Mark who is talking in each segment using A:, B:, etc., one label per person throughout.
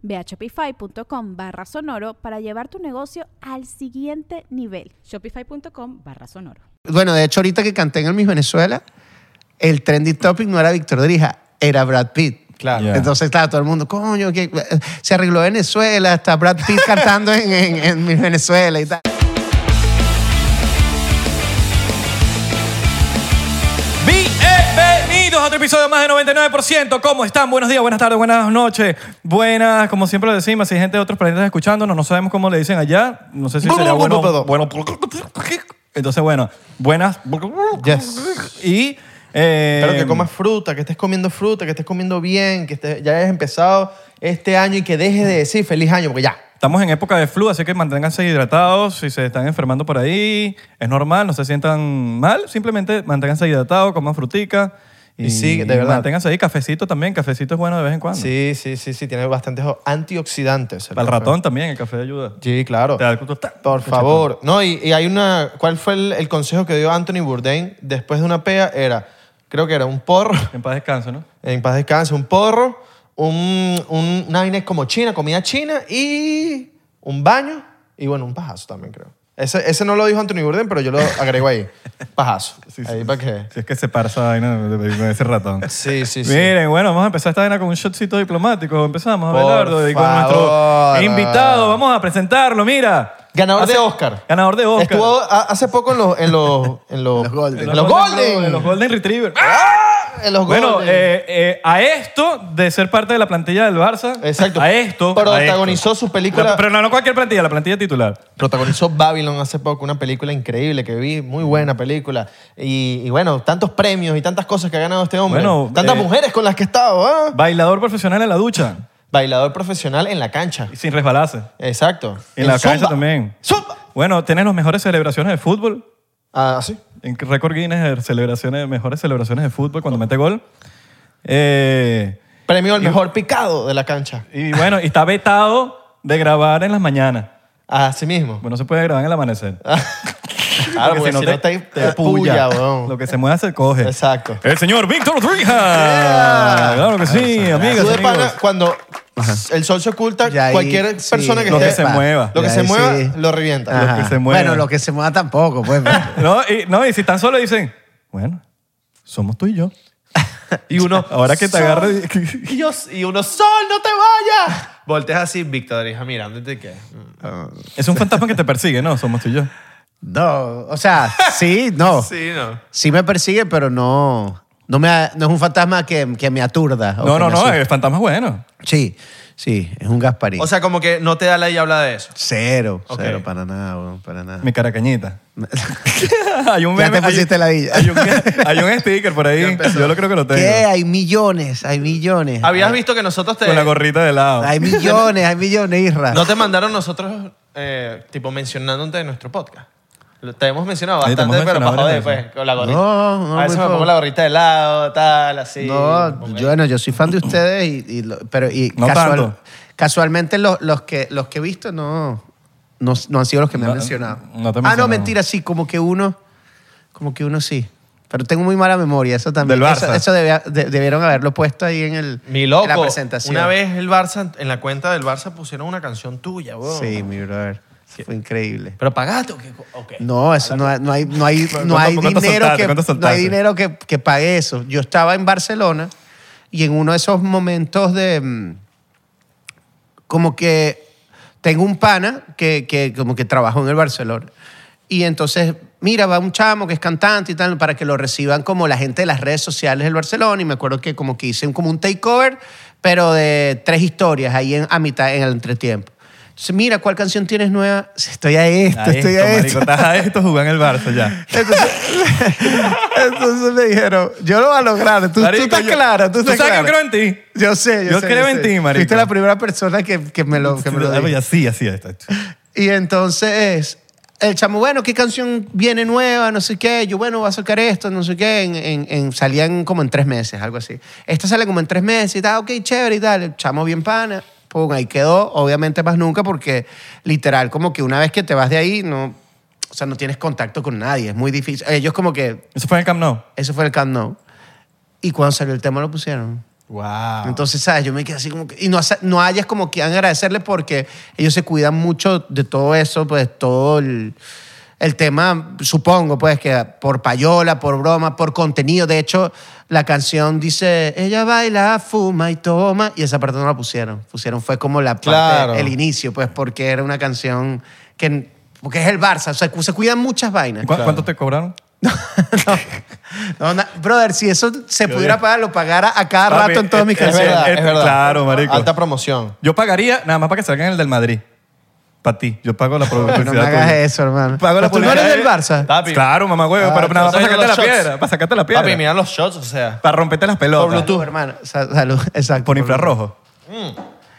A: Ve a shopify.com barra sonoro para llevar tu negocio al siguiente nivel.
B: Shopify.com barra sonoro.
C: Bueno, de hecho, ahorita que canté en el Miss Venezuela, el trending topic no era Víctor Drija, era Brad Pitt.
D: Claro.
E: Ya.
C: Entonces, claro, todo el mundo, coño, que eh, se arregló Venezuela, está Brad Pitt cantando en, en, en Miss Venezuela y tal.
D: Bienvenidos a otro episodio más de 99%. ¿Cómo están? Buenos días, buenas tardes, buenas noches. Buenas, como siempre lo decimos, si hay gente de otros planetas escuchándonos, no sabemos cómo le dicen allá. No sé si sería bueno. bueno entonces, bueno, buenas.
E: Yes.
D: Y. eh,
E: Pero que comas fruta, que estés comiendo fruta, que estés comiendo bien, que estés- ya hayas empezado este año y que dejes de decir feliz año, porque ya.
D: Estamos en época de flu, así que manténganse hidratados. Si se están enfermando por ahí, es normal, no se sientan mal. Simplemente manténganse hidratados, coman frutica.
E: Y sí, de verdad.
D: Manténganse ahí. Cafecito también. Cafecito es bueno de vez en cuando.
E: Sí, sí, sí, sí, tiene bastantes antioxidantes.
D: Para el
E: café.
D: ratón también, el café ayuda.
E: Sí, claro.
D: Te da el gusto, ta-
E: Por favor. No, y, y hay una. ¿Cuál fue el, el consejo que dio Anthony Bourdain después de una pea? Era, creo que era un porro,
D: En paz descanso, ¿no?
E: en paz descanse, un porro, un, un, una vaina como china, comida china y un baño y bueno, un pajazo también, creo. Ese, ese no lo dijo Anthony Bourdain, pero yo lo agrego ahí. Pajazo. ahí para que.
D: Si es que se para esa vaina de- de- de ese ratón.
E: Sí, sí, sí.
D: Miren, bueno, vamos a empezar esta vaina con un shotcito diplomático. Empezamos,
E: Por
D: Abelardo, y con nuestro
E: favor.
D: invitado. Vamos a presentarlo, mira.
E: Ganador de
D: Hace-
E: Oscar.
D: Ganador de Oscar.
E: Estuvo a- hace poco en los. En los, en los,
C: Los Golden.
E: En los, Golden.
D: En los Golden Retriever.
E: En los
D: Bueno,
E: Golden.
D: eh, eh, a esto de ser parte de la plantilla del Barça,
E: Exacto.
D: a esto.
E: Protagonizó
D: a esto.
E: su película-
D: No, pero no, no cualquier plantilla, la plantilla titular.
E: Protagonizó Babylon hace poco, una película increíble que vi, muy buena película. Y, y bueno, tantos premios y tantas cosas que ha ganado este hombre.
D: Bueno,
E: tantas
D: eh,
E: mujeres con las que he estado, ¿ah?
D: Bailador profesional en la ducha
E: Bailador profesional en la cancha.
D: y sin resbalarse.
E: Exacto.
D: En la
E: Zumba.
D: cancha también.
E: ¡Zumba!
D: Bueno, tienes las mejores celebraciones de fútbol.
E: Ah, sí.
D: En récord Guinness, de celebraciones, mejores celebraciones de fútbol cuando mete gol. Eh,
E: Premio al mejor picado de la cancha.
D: y bueno, y está vetado de grabar en las mañanas.
E: Así mismo.
D: Bueno, no se puede grabar en el amanecer.
E: Claro, Ah, porque si no te, te puya, weón.
D: Lo que se mueva se coge.
E: Exacto.
D: El señor Víctor Drija. Claro que sí, amigas,
E: Tú de
D: amigos.
E: pana, cuando el sol se oculta,
C: Ya ahí,
E: cualquier
C: sí.
E: persona que
D: Lo que
E: esté-
D: se mueva.
E: Lo que
C: Ya
E: se
C: ahí
E: mueva,
C: sí.
E: lo revienta.
D: Ajá. que se mueva.
C: Bueno, lo que se mueva tampoco, pues.
D: No y, no, y si tan solo dicen, bueno, somos tú y yo.
F: Y uno.
D: Ahora que te
F: "Sol,
D: agarre-
F: Y, yo- y uno, ¡Sol, no te vayas! Volteas así, Víctor, hija, mira, ¿dónde te quedas?
D: Es un fantasma que te persigue, ¿no? Somos tú y yo.
C: No, o sea, sí,
D: Oh.
C: no. Sí,
F: Sí, no.
C: me persigue, pero no. No, me, ha- no es un fantasma que, que me aturda. o que
D: No, no,
C: Ah, me
D: no,
C: asuste.
D: el fantasma es bueno.
C: Sí, sí, es un Gasparín.
F: O sea, como que no te da la diabla de eso.
C: cero,
F: Ok.
C: cero, para nada, weón, para nada.
D: Mi caracañita. hay
C: Ah.
D: un
C: Ya te
D: meme, hay-
C: pusiste la villa.
D: Hay un, hay un sticker por ahí. Yo lo creo que lo tengo.
C: ¿Qué? Hay millones, hay millones.
F: Habías visto que nosotros te.
D: Con la gorrita de lado.
C: Hay millones, hay millones, Isra.
F: No te mandaron nosotros, eh, tipo, mencionándote de nuestro podcast. Lo- Te hemos mencionado
D: Sí, te
F: bastante,
D: hemos
F: pero
D: mencionado
F: para joder,
D: varias veces.
F: pues, con la gorrita.
C: No, no,
F: A
C: muy
F: veces me
C: poco.
F: pongo la gorrita de lado, tal, así.
C: No,
F: Ok.
C: yo, bueno, yo soy fan de ustedes y, y lo- pero y
D: No tanto.
C: casualmente los, los que, los que he visto no, no, no han sido los que me
D: No,
C: han mencionado.
D: no te
C: ah, no,
D: mencionaron.
C: mentira, sí, como que uno, como que uno sí. Pero tengo muy mala memoria, eso también.
D: Del
C: Eso,
D: Barça.
C: eso debía- de- debieron haberlo puesto ahí en, el,
F: Mi loco.
C: en la presentación.
F: Una vez el Barça, en la cuenta del Barça pusieron una canción tuya, weón.
C: Sí, mi brother. Fue increíble.
F: Pero pagaste o qué? Ok.
C: No, eso no, hay- no hay, no hay,
D: ¿Cuánto-
C: no hay
D: cuánto
C: dinero,
D: soltaste? ¿Cuánto
C: que, no
D: soltaste?
C: hay dinero que, que pague eso. Yo estaba en Barcelona y en uno de esos momentos de... mm, Como que tengo un pana que, que como que trabajó en el Barcelona y entonces mira, va un chamo que es cantante y tal, para que lo reciban como la gente de las redes sociales del Barcelona. Y me acuerdo que como que hice un- como un takeover, pero de tres historias ahí en, a mitad, en el entretiempo. Entonces, mira, ¿cuál canción tienes nueva? Estoy a esto,
D: A
C: estoy a
D: marico,
C: esto.
D: estás a esto jugando en el Barça ya.
C: Entonces, entonces me dijeron, yo lo voy a lograr. Tú, tú
D: Marico,
C: estás
D: yo-
C: clara, tú
D: tú
C: estás
D: sabes que
C: clara.
D: yo creo en ti.
C: Yo sé, yo,
D: Yo
C: sé,
D: creo en
C: sé.
D: ti, marico.
C: Fuiste la primera persona que, que me lo, que me lo
D: Ah,
C: dijo.
D: pues así, así. esto.
C: Y entonces el chamo, bueno, ¿qué canción viene nueva? No sé qué. Yo, bueno, voy a sacar esto, no sé qué. En, en- en- salían como en tres meses, algo así. Esta sale como en tres meses y tal, ok, chévere y tal. El chamo bien pana. Pum, ahí quedó. Obviamente más nunca porque literal, como que una vez que te vas de ahí, no, o sea, no tienes contacto con nadie. Es muy difícil. Ellos como que,
D: Eso fue en el Camp Nou.
C: eso fue el Camp Nou. Y cuando salió el tema lo pusieron.
E: Wow.
C: Entonces, ¿sabes? Yo me quedé así como que... Y no, hace- no hayas como que agradecerle porque ellos se cuidan mucho de todo eso, pues todo el, el tema, supongo, pues que por payola, por broma, por contenido. De hecho, la canción dice, ella baila, fuma y toma. Y esa parte no la pusieron. Pusieron fue como la parte,
E: Claro.
C: el inicio, pues porque era una canción que... Porque es el Barça, o sea, se cuidan muchas vainas.
D: ¿Cu- ¿Cuánto te cobraron?
C: No, na- brother, si eso se pudiera pagar, lo pagara a cada
D: Papi,
C: rato en todas mis
E: es
C: canciones.
E: verdad, es verdad.
D: Claro, marico.
E: Alta promoción.
D: Yo pagaría nada más para que salgan el del Madrid. Para ti. Yo pago la publicidad.
C: Pues No me hagas eso, hermano.
D: Pago la
C: Pero tú no eres
D: publicidad.
C: del Barça. Ah,
E: Papi.
D: Claro, mamá huevo, pero nada más para
E: entonces
D: sacarte la
E: los shots.
D: piedra. Para sacarte la piedra.
E: Papi, mira los shots, o sea.
D: Para romperte las
C: Por
D: pelotas.
C: Bluetooth, hermano. Sa- salud, exacto.
D: Por infrarrojo.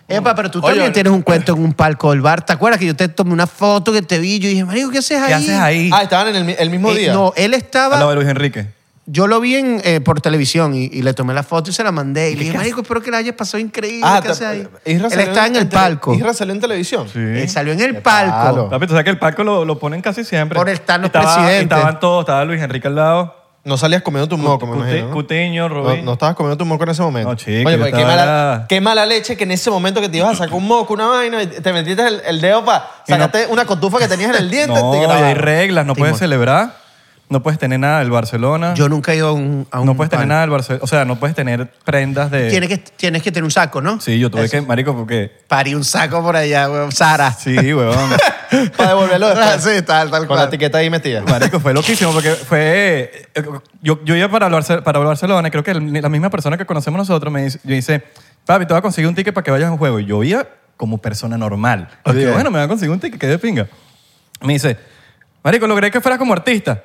C: Epa, pero tú
E: Oye,
C: también
E: oye.
C: tienes un cuento en un palco del bar. ¿Te acuerdas que yo te tomé una foto que te vi? Yo dije, Mario, ¿qué haces ahí?
D: ¿Qué haces ahí?
E: Ah, estaban en el, mi- el mismo
C: Eh,
E: día.
C: no, él
D: Al lado de
C: estaba.
D: Luis Enrique.
C: Yo lo vi en, eh, por televisión y, y le tomé la foto y se la mandé. Y le dije, Marico, espero que la hayas pasado increíble.
E: Ah,
C: ¿Qué
E: ta-
C: haces ahí?
E: Isra
C: Él
E: salió
C: está en el
E: tele-
C: palco.
E: Isra salió en televisión.
C: Él salió en el
E: Qué
C: palco.
E: palo.
D: Papi, tú sabes que el Paco lo, lo ponen casi siempre.
C: Por estar los
D: Y estaba- y
C: presidentes.
D: Estaban todos. Estaba Luis Enrique al lado.
E: No salías comiendo tu moco, me
D: Cute-
E: imagino. ¿no?
D: Cuteño,
E: No,
D: Robin.
E: no estabas comiendo tu moco en ese momento.
D: No, chico,
E: Oye,
D: yo
E: pues, qué,
D: estaba-
E: mala, qué mala leche que en ese momento que te ibas a sacar un moco, una vaina, y te metiste el, el dedo para
D: Y no-
E: sacarte una cotufa que tenías en el diente.
D: No,
E: te
D: y
E: grabaron.
D: hay reglas. No puedes
C: Timor.
D: celebrar. No puedes tener nada del Barcelona.
C: Yo nunca he ido a un, a un
D: no puedes tener
C: palco.
D: nada del Barcelona. O sea, no puedes tener prendas de...
C: Tienes que, tienes que tener un saco, ¿no?
D: Sí, yo tuve que... Marico, porque...
C: Parí un saco por allá, weón. Sara.
D: Sí, huevón.
E: Para devolverlo después.
C: sí, tal, tal
E: Con la
C: cual.
E: etiqueta ahí metida.
D: Marico, fue loquísimo porque fue... eh, Yo, yo iba para, el Barce- para el Barcelona y creo que el- la misma persona que conocemos nosotros me dice, yo dice, papi, te voy a conseguir un ticket para que vayas a un juego. Y yo iba como persona normal. Yo digo, bueno, me va a conseguir un ticket, que de pinga. Me dice, marico, logré que fueras como artista.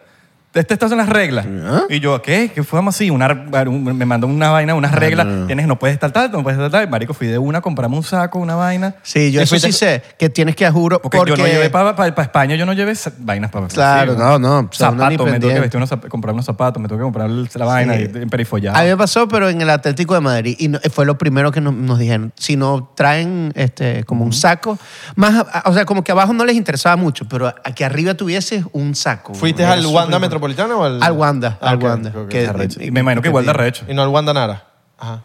D: Este, estas son las reglas. Y yo, ¿qué? ¿Qué fue así? Una, un- me mandó una vaina, unas reglas. Tienes, Ah, no puedes estar tal, no puedes estar tal. Marico, fui de una, compramos un saco, una vaina.
C: Sí, yo
E: Y
C: eso
E: fuiste-
C: sí sé, que tienes que a juro
D: Porque, yo no llevé para España, yo no llevé sa- vainas para
C: Claro, no, no, o sea, uno ni
D: Zapatos, me tuve que
C: pendiente.
D: vestir unos zap- comprar unos zapatos, me tuve que comprar el- la vaina
C: Sí.
D: y perifollar.
C: A mí me pasó, pero en el Atlético de Madrid, y no- eh, fue lo primero que no- nos dijeron, si no traen este, como un saco, más, a- o sea, como que abajo no les interesaba mucho, pero aquí arriba tuvieses un saco.
E: ¿Fuiste
C: Era
E: al
C: súper
E: Wanda
C: importante.
E: Metropolitano o al...?
C: Al Wanda,
E: Ah,
C: al
E: ok,
C: Wanda.
E: ok, ok.
C: que-
D: Arrecho. Y me imagino que igual
C: eh,
D: de arrecho.
E: Y no al Wanda Nara. Ajá.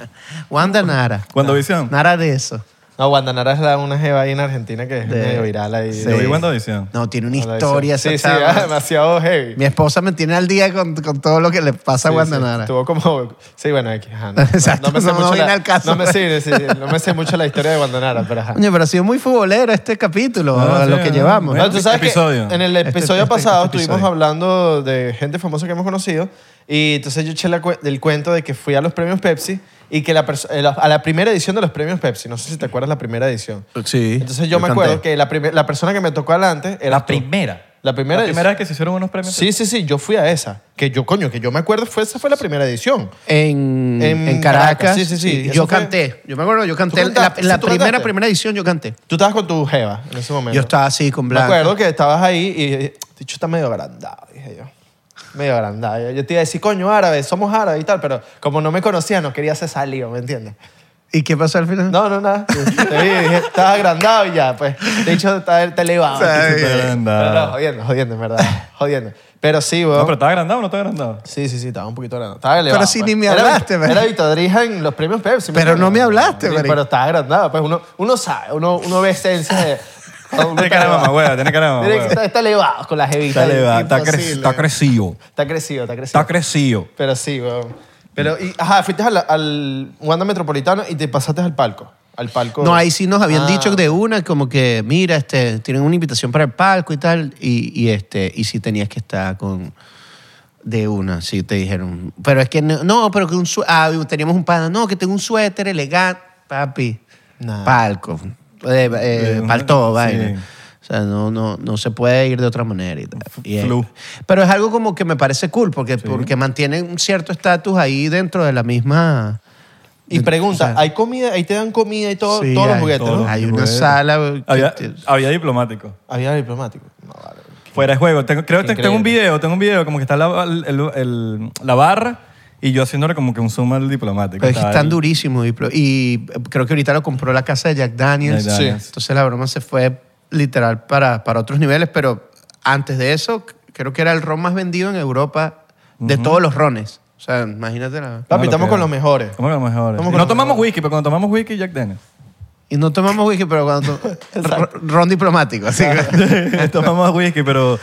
C: Wanda Nara.
D: ¿Cuándo visión?
C: Nara de eso.
E: No, Wanda Nara es la, una jeva ahí en Argentina que es
C: De-
E: medio viral ahí.
C: Sí.
D: Yo vi WandaVision.
C: No, tiene una
E: Hola,
C: historia.
E: Sí, sí,
C: esa chama.
E: demasiado heavy.
C: Mi esposa me tiene al día con, con todo lo que le pasa a
E: Sí,
C: Wanda
E: sí,
C: Nara.
E: Estuvo como... Sí, bueno, aquí, ajá, no,
C: Exacto, no- no viene
E: la,
C: al caso.
E: No me, sí, sí, no me sé mucho la historia de Wanda Nara, pero ajá.
C: Coño, pero ha sido muy futbolero este capítulo, a
D: Ah, sí,
C: lo que
D: ah,
C: llevamos.
D: bueno.
E: No, tú sabes que
D: episodio.
E: en el
C: Este-
E: episodio
C: este-
E: pasado
C: este
E: estuvimos
C: episodio.
E: hablando de gente famosa que hemos conocido y entonces yo eché la cue- del cuento de que fui a los premios Pepsi y que la perso- eh, la- a la primera edición de los premios Pepsi, no sé si te acuerdas la primera edición.
C: Sí.
E: Entonces yo, me
C: canté.
E: acuerdo que la, primer- la persona que me tocó adelante era
D: La primera.
E: La primera
D: La
E: edición.
D: primera vez que se hicieron unos premios.
E: Sí, sí, sí, yo fui a esa, que yo coño, que yo me acuerdo fue esa fue la primera edición.
C: En,
E: En
C: en Caracas.
E: Caracas, sí, sí, sí. Eso
C: Yo
E: fue-
C: canté. Yo me acuerdo, yo canté.
E: ¿Tú
C: En la,
E: cantaste?
C: en la
E: Sí, tú
C: primera,
E: cantaste.
C: primera edición yo canté.
E: Tú estabas con tu jeva en ese momento.
C: Yo estaba así con
E: Me
C: Blanca.
E: acuerdo que estabas ahí y eh, dicho está medio agrandado, dije yo. Medio agrandado. Yo- Yo te iba a decir, coño, árabe, somos árabes y tal, pero como no me conocía, no quería hacer salido, ¿me entiendes?
C: ¿Y qué pasó al final?
E: No, no, nada. Te vi, dije, estás agrandado y ya, pues. De hecho, te, te elevaba.
C: Ay,
D: Súper agrandado.
E: Pero no, jodiendo, jodiendo, en verdad. Jodiendo. Pero sí, weón.
D: No, pero ¿estaba agrandado o no estaba agrandado?
E: Sí, sí, sí, estaba un poquito agrandado. Estaba elevado.
C: Pero si
E: pues.
C: ni me
E: Era-
C: hablaste, man.
E: Era Vitadrija en los premios Pepsi.
C: Pero
E: entiendes?
C: no me hablaste,
E: Sí,
C: marico.
E: Pero estaba agrandado. Pues uno, uno sabe, uno, uno ve esencia de. cuando uno
D: Tiene
E: está
D: cara de
E: elevado.
D: mamagüeva, tiene cara de
E: Tiene que-
D: mamagüeva.
E: Está, está elevado con la
D: Está
E: jevita.
D: elevado, está, cre-
C: imposible.
D: está crecido.
E: Está crecido, está crecido.
D: Está crecido.
E: Pero sí, weón. Pero, y, ajá, fuiste al, al Wanda Metropolitano y te pasaste al palco. Al palco.
C: No, ahí sí nos habían
E: Ah.
C: dicho de una, como que, mira, este, tienen una invitación para el palco y tal, y, y, este, y sí tenías que estar con. De una, sí te dijeron. Pero es que no, no, pero que un suéter. Ah, teníamos un pana, no, que tengo un suéter elegante, papi.
E: Nah.
C: Palco. Eh, eh,
D: Eh,
C: palto,
D: sí.
C: vaina. O sea, no, no, no se puede ir de otra manera. y tal. Y, eh,
D: Flu.
C: Pero es algo como que me parece cool, porque, porque mantiene un cierto estatus ahí dentro de la misma.
E: Y pregunta,
C: o sea,
E: ¿hay comida? Ahí te dan comida y todo,
C: Sí,
E: todos los
C: hay
E: juguetes,
D: todo.
E: ¿no?
C: Hay
D: Los
C: una
D: juguetes.
C: sala. que
D: Había,
C: te-
D: había diplomático.
E: Había diplomático. No, vale.
D: Fuera de juego. Tengo- creo que
E: Qué
D: tengo un
E: increíble.
D: video, tengo un video como que está la, el- el- el- la barra y yo haciéndole como que un zoom al diplomático.
C: Pero es que
D: Estaba
C: están
D: el-
C: durísimos. Y, pro- y eh, creo que ahorita lo compró la casa de Jack Daniels.
D: Jack Daniels.
C: Sí. Entonces la broma se fue literal para, para otros niveles, pero antes de eso, c- creo que era el ron más vendido en Europa de todos los rones. O sea, imagínate la...
E: Papi,
D: lo
E: estamos
D: creo.
E: con los mejores.
D: Estamos con los mejores.
E: Estamos con
D: No
E: los
D: tomamos
E: mejores.
D: whisky, pero cuando tomamos whisky, Jack Daniels.
C: Y no tomamos whisky, pero cuando... to- ro- ron diplomático. Así que-
D: tomamos whisky, pero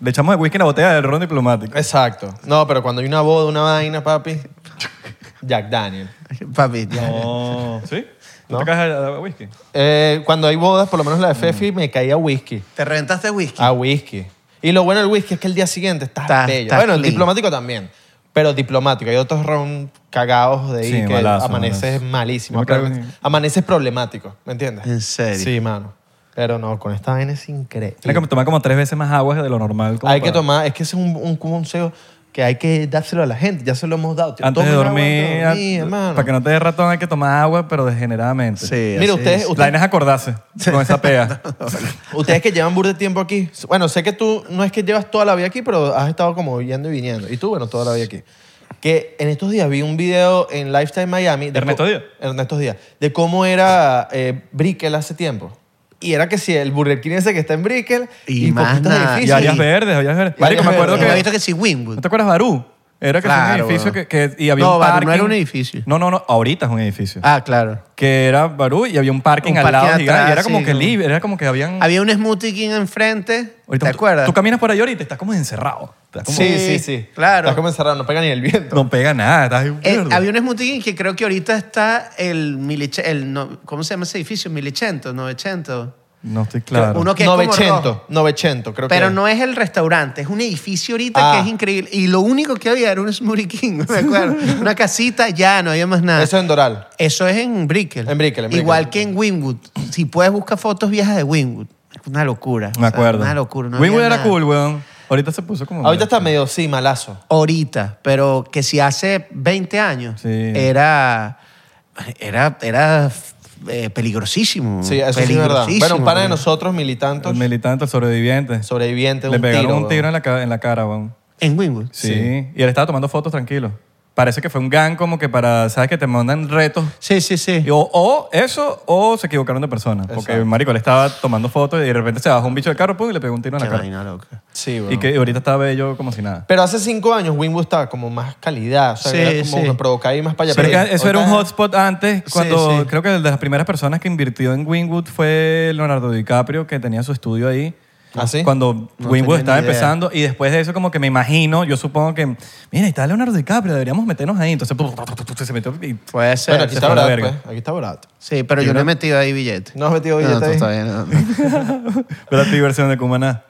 D: le echamos el whisky en la botella del ron diplomático.
E: Exacto. No, pero cuando hay una boda, una vaina, papi. Jack Daniel.
C: Papi, ya.
E: Oh.
D: No. ¿Sí? ¿No
E: No.
D: tocas a- a whisky?
E: Eh, cuando hay bodas, por lo menos la de
D: Mm.
E: Fefi, me caía whisky.
C: ¿Te reventaste whisky?
E: A Ah, whisky. Y lo bueno del whisky es que el día siguiente estás
C: Estás-
E: bello.
C: estás
E: bueno, el
C: clean.
E: diplomático también. Pero diplomático. Hay otros round cagados de ahí
D: Sí,
E: que
D: balazo,
E: amaneces
D: balazo. Yo
E: malísimo.
D: me cago
E: pero-
D: en-
E: Amaneces problemático, ¿me entiendes?
C: ¿En serio?
E: Sí, mano. Pero no, con esta vaina es increíble.
D: Tienes que tomar como tres veces más agua de lo normal. como
E: Hay que
D: para-
E: tomar, es que ese es un, un consejo que hay que dárselo a la gente. Ya se lo hemos dado. tío.
D: Antes de
E: Tomen agua
D: dormir,
E: antes de dormir,
D: a-
E: hermano.
D: para que no te dé ratón, hay que tomar agua, pero degeneradamente.
C: Sí,
E: Mira,
C: así
E: ustedes,
C: es.
D: La
E: ustedes,
D: vaina es acordarse con esa pea.
E: ustedes que llevan burda de tiempo aquí. Bueno, sé que tú no es que llevas toda la vida aquí, pero has estado como yendo y viniendo. Y tú, bueno, toda la vida aquí. Que en estos días vi un video en Lifetime Miami.
D: Ernesto
E: co-
D: Díaz.
E: Ernesto Díaz. De cómo era eh, Brickell hace tiempo. Y era que si el Burger King ese que está en Brickell.
C: Y
E: Y,
C: más
E: poquitos
C: nada.
D: Y
E: edificios.
D: áreas verdes, áreas verdes.
E: Y
D: Marico,
E: áreas
D: me acuerdo
C: Yo
E: verdes.
C: he
D: que...
C: eh, visto que sí, Winwood.
D: ¿No te acuerdas Barú? Era que era un
C: Claro,
D: edificio
C: weón.
D: que, que- Y había
C: No,
D: un
C: Barú no
D: parking.
C: era un edificio.
D: No, no, no. Ahorita es un edificio.
C: Ah, claro.
D: Que era Barú y había un parking
C: Un
D: al lado
C: parking
D: gigante.
C: atrás,
D: Y era como
C: sí,
D: que
C: ¿no?
D: libre. Era como que habían...
C: Había un Smoothie King enfrente.
D: Mm. Ahorita
C: ¿Te
D: tú-
C: acuerdas?
D: Tú caminas por ahí ahorita y estás como encerrado. Estás como-
E: Sí, sí, sí.
C: Claro.
E: Estás como encerrado, no pega ni el viento.
D: No pega nada. Estás ahí,
C: Eh,
D: mierda.
C: había un Smoothie King que creo que ahorita está el, Milice- el no- ¿cómo se llama ese edificio? Milicento, Novecento.
D: No estoy claro.
C: Uno que es como
E: 900,
C: rojo.
E: 900, creo
C: Pero
E: que
C: no es el restaurante, es un edificio ahorita
E: Ah.
C: que es increíble. Y lo único que había era un Smoothie King, me acuerdo. Una casita, ya, no había más nada.
E: Eso es en Doral.
C: Eso es en Brickell.
E: En Brickell, en Brickell.
C: Igual que en Winwood. Si puedes buscar fotos viejas de Winwood. Es una locura.
D: Me
C: O sea,
D: acuerdo.
C: Ah, Una locura. no
D: Winwood
C: había
D: era
C: nada.
D: cool, weón. Ahorita se puso
C: Mm.
D: como...
E: Ahorita está medio, sí, malazo.
C: ahorita, pero que si hace 20 años
D: Sí.
C: era, era, era eh, peligrosísimo.
E: Sí, eso sí es verdad.
C: peligrosísimo.
E: Bueno, un pana de nosotros, militantes,
D: El militante, el sobreviviente.
E: sobreviviente,
D: Le
E: un
D: pegaron
E: tiro,
D: un tiro
E: weón.
D: en la, ca- en la cara, weón.
C: En Winwood.
D: Sí. Y él estaba tomando fotos tranquilo. Parece que fue un gang como que para, ¿sabes? Que te mandan retos.
C: Sí, sí, sí.
D: Y O, o eso, o se equivocaron de persona. Porque
E: Exacto.
D: marico, le estaba tomando fotos y de repente se bajó un bicho del carro pum, y le pegó un tiro en
C: Qué
D: la cara.
C: vaina loca.
E: Sí, weón.
D: Y que ahorita estaba bello como si nada.
E: Pero hace cinco años Winwood estaba como más calidad, o sea,
C: Sí,
E: era como
C: sí.
E: que provocaba ir más para allá.
D: Pero
E: Pero
D: es que eso era un
E: ahorita-
D: hotspot antes, cuando
C: sí.
D: creo que de las primeras personas que invirtió en Wingwood fue Leonardo DiCaprio, que tenía su estudio ahí.
E: ¿Ah, sí?
D: Cuando
C: No tenía
D: Wingwood
C: ni
D: estaba
C: idea.
D: empezando y después de eso como que me imagino, yo supongo que, mira, ahí está Leonardo DiCaprio, deberíamos meternos ahí. Entonces pum, pum, pum, pum, pum, se metió y
C: Puede ser.
E: Bueno, aquí
D: se
E: está
D: fue a la
E: barato,
D: verga.
E: pues. Aquí está barato.
C: Sí, pero yo no he metido ahí billete.
E: No has metido
C: No,
E: billete
C: no,
E: ahí.
C: todavía no, no.
D: Pero tu versión de Cumaná.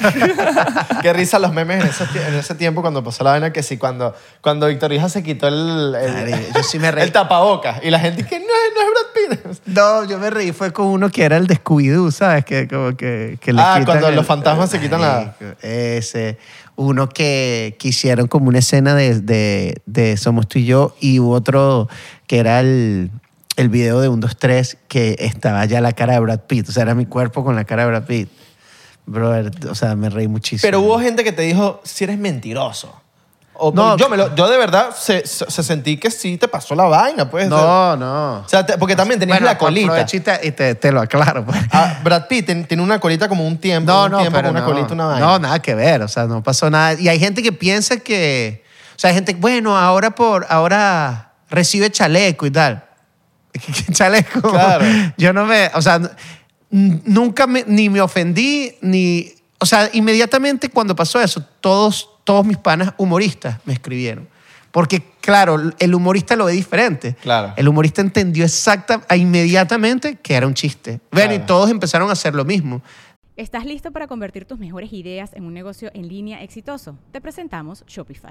E: Qué risa los memes en ese, tie- en ese tiempo cuando pasó la vaina que sí, cuando, cuando Víctor Hija se quitó el, el,
C: Marico, yo sí me reí.
E: el tapabocas y la gente que no, es- no es Brad Pitt.
C: No, yo me reí. Fue con uno que era el de Scooby-Doo, ¿sabes? Que como que, que le
E: Ah,
C: quitan
E: cuando
C: el-
E: los fantasmas se quitan la-
C: Marico, Ese. Uno que, que hicieron como una escena de, de, de Somos tú y yo y hubo otro que era el, el video de 1, 2, 3 que estaba ya la cara de Brad Pitt. O sea, era mi cuerpo con la cara de Brad Pitt. Brother, o sea, me reí muchísimo.
E: Pero hubo gente que te dijo, si eres mentiroso. O-
C: No.
E: yo, me lo- yo de verdad se, se- se sentí que sí te pasó la vaina, pues.
C: No, no.
E: O sea, te- porque también tenías la colita.
C: aprovecho y te- y te, te lo aclaro. pues.
E: Ah, Brad Pitt ten- tiene una colita como un tiempo,
C: No,
E: un
C: no,
E: tiempo
C: pero
E: como
C: no.
E: una colita, una vaina.
C: No, nada que ver, o sea, no pasó nada. Y hay gente que piensa que, o sea, hay gente, bueno, ahora por, ahora recibe chaleco y tal. ¿Qué- qué chaleco?
E: Claro.
C: Yo no me, o sea, n- nunca me- ni me ofendí, ni, o sea, inmediatamente cuando pasó eso, todos, todos mis panas humoristas me escribieron. Porque, claro, el humorista lo ve diferente.
E: Claro.
C: El humorista entendió exacta, a- inmediatamente que era un chiste. Bueno,
E: Claro.
C: y todos empezaron a hacer lo mismo.
B: ¿Estás listo para convertir tus mejores ideas en un negocio en línea exitoso? Te presentamos Shopify.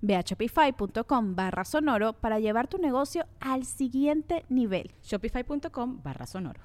A: Ve a shopify.com barra sonoro para llevar tu negocio al siguiente nivel.
B: Shopify.com barra sonoro.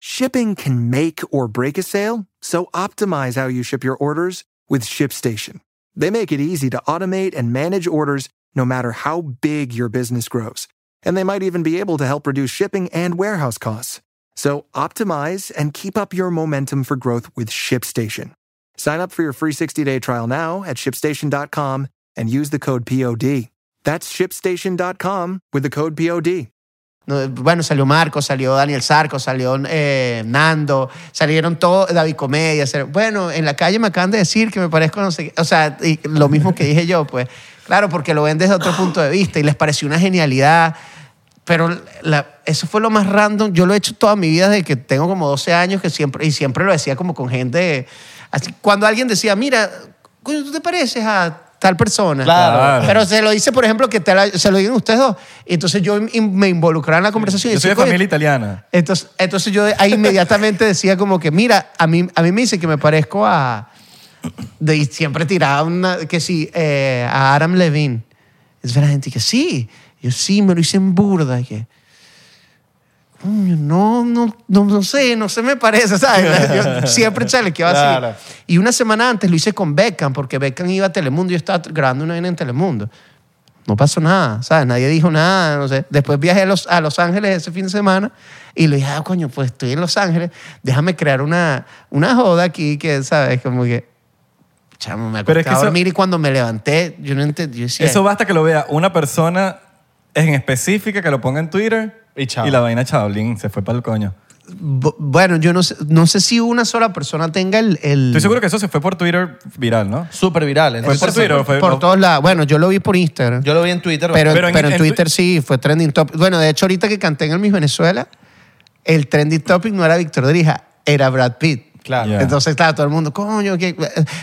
G: Shipping can make or break a sale, so optimize how you ship your orders with ShipStation. They make it easy to automate and manage orders no matter how big your business grows. And they might even be able to help reduce shipping and warehouse costs. So optimize and keep up your momentum for growth with ShipStation. Sign up for your free 60 day trial now at shipstation.com and use the code POD. That's shipstation.com with the code POD.
C: No, Bueno, salió Marco, salió Daniel Sarco, salió eh, Nando, salieron todos, David Comedia. sal- Bueno, en la calle me acaban de decir que me parezco, no sé qué. O sea, y lo mismo que dije yo, pues. Claro, porque lo ven desde otro punto de vista y les pareció una genialidad. Pero la- eso fue lo más random. Yo lo he hecho toda mi vida desde que tengo como 12 años que siempre, y siempre lo decía como con gente. Así, cuando alguien decía, mira, coño, ¿tú te pareces a tal persona?
E: Claro.
C: Pero se lo dice, por ejemplo, que te la- se lo digan ustedes dos. Entonces yo in- me involucraba en la conversación. y
D: Yo
C: decía,
D: soy de
C: "Coño".
D: familia italiana.
C: Entonces, entonces yo ahí inmediatamente decía como que, mira, a mí, a mí me dice que me parezco a... De, y siempre tiraba una, que sí, eh, a Adam Levine. Es la gente que sí, yo sí, me lo hice en burda. Y que, "Coño, no, no, no, no sé, no se me parece, ¿sabes? Yo siempre chale, que va
E: Claro.
C: así. Y una semana antes lo hice con Beckham, porque Beckham iba a Telemundo y yo estaba grabando una vaina en Telemundo. No pasó nada, ¿sabes? Nadie dijo nada, no sé. Después viajé a Los, a Los Ángeles ese fin de semana y le dije, ah, coño, pues estoy en Los Ángeles, déjame crear una, una joda aquí que, ¿sabes? Como que, chamo, me acosté
D: Pero es que
C: a
D: eso-
C: dormir y cuando me levanté, yo no entendí. Yo decía,
D: Eso basta que lo vea una persona en específica que lo ponga en Twitter
E: Y chao.
D: la vaina chablín se fue para el coño.
C: bu- bueno, yo no sé, no sé si una sola persona tenga el... el-
D: Estoy seguro que eso se fue por Twitter viral, ¿no?
E: Súper viral.
D: Fue
E: entonces-
D: por Twitter. o fue-
C: por
D: o-
C: todos lados. Bueno, yo lo vi por Instagram.
E: Yo lo vi en Twitter.
C: Pero,
D: Pero
C: pero
D: en-
C: en,
D: en
C: Twitter sí, fue trending topic. Bueno, de hecho, ahorita que canté en el Miss Venezuela, el trending topic no era Víctor Drija, era Brad Pitt.
E: Claro.
D: Ya.
C: Entonces estaba todo el mundo, coño, que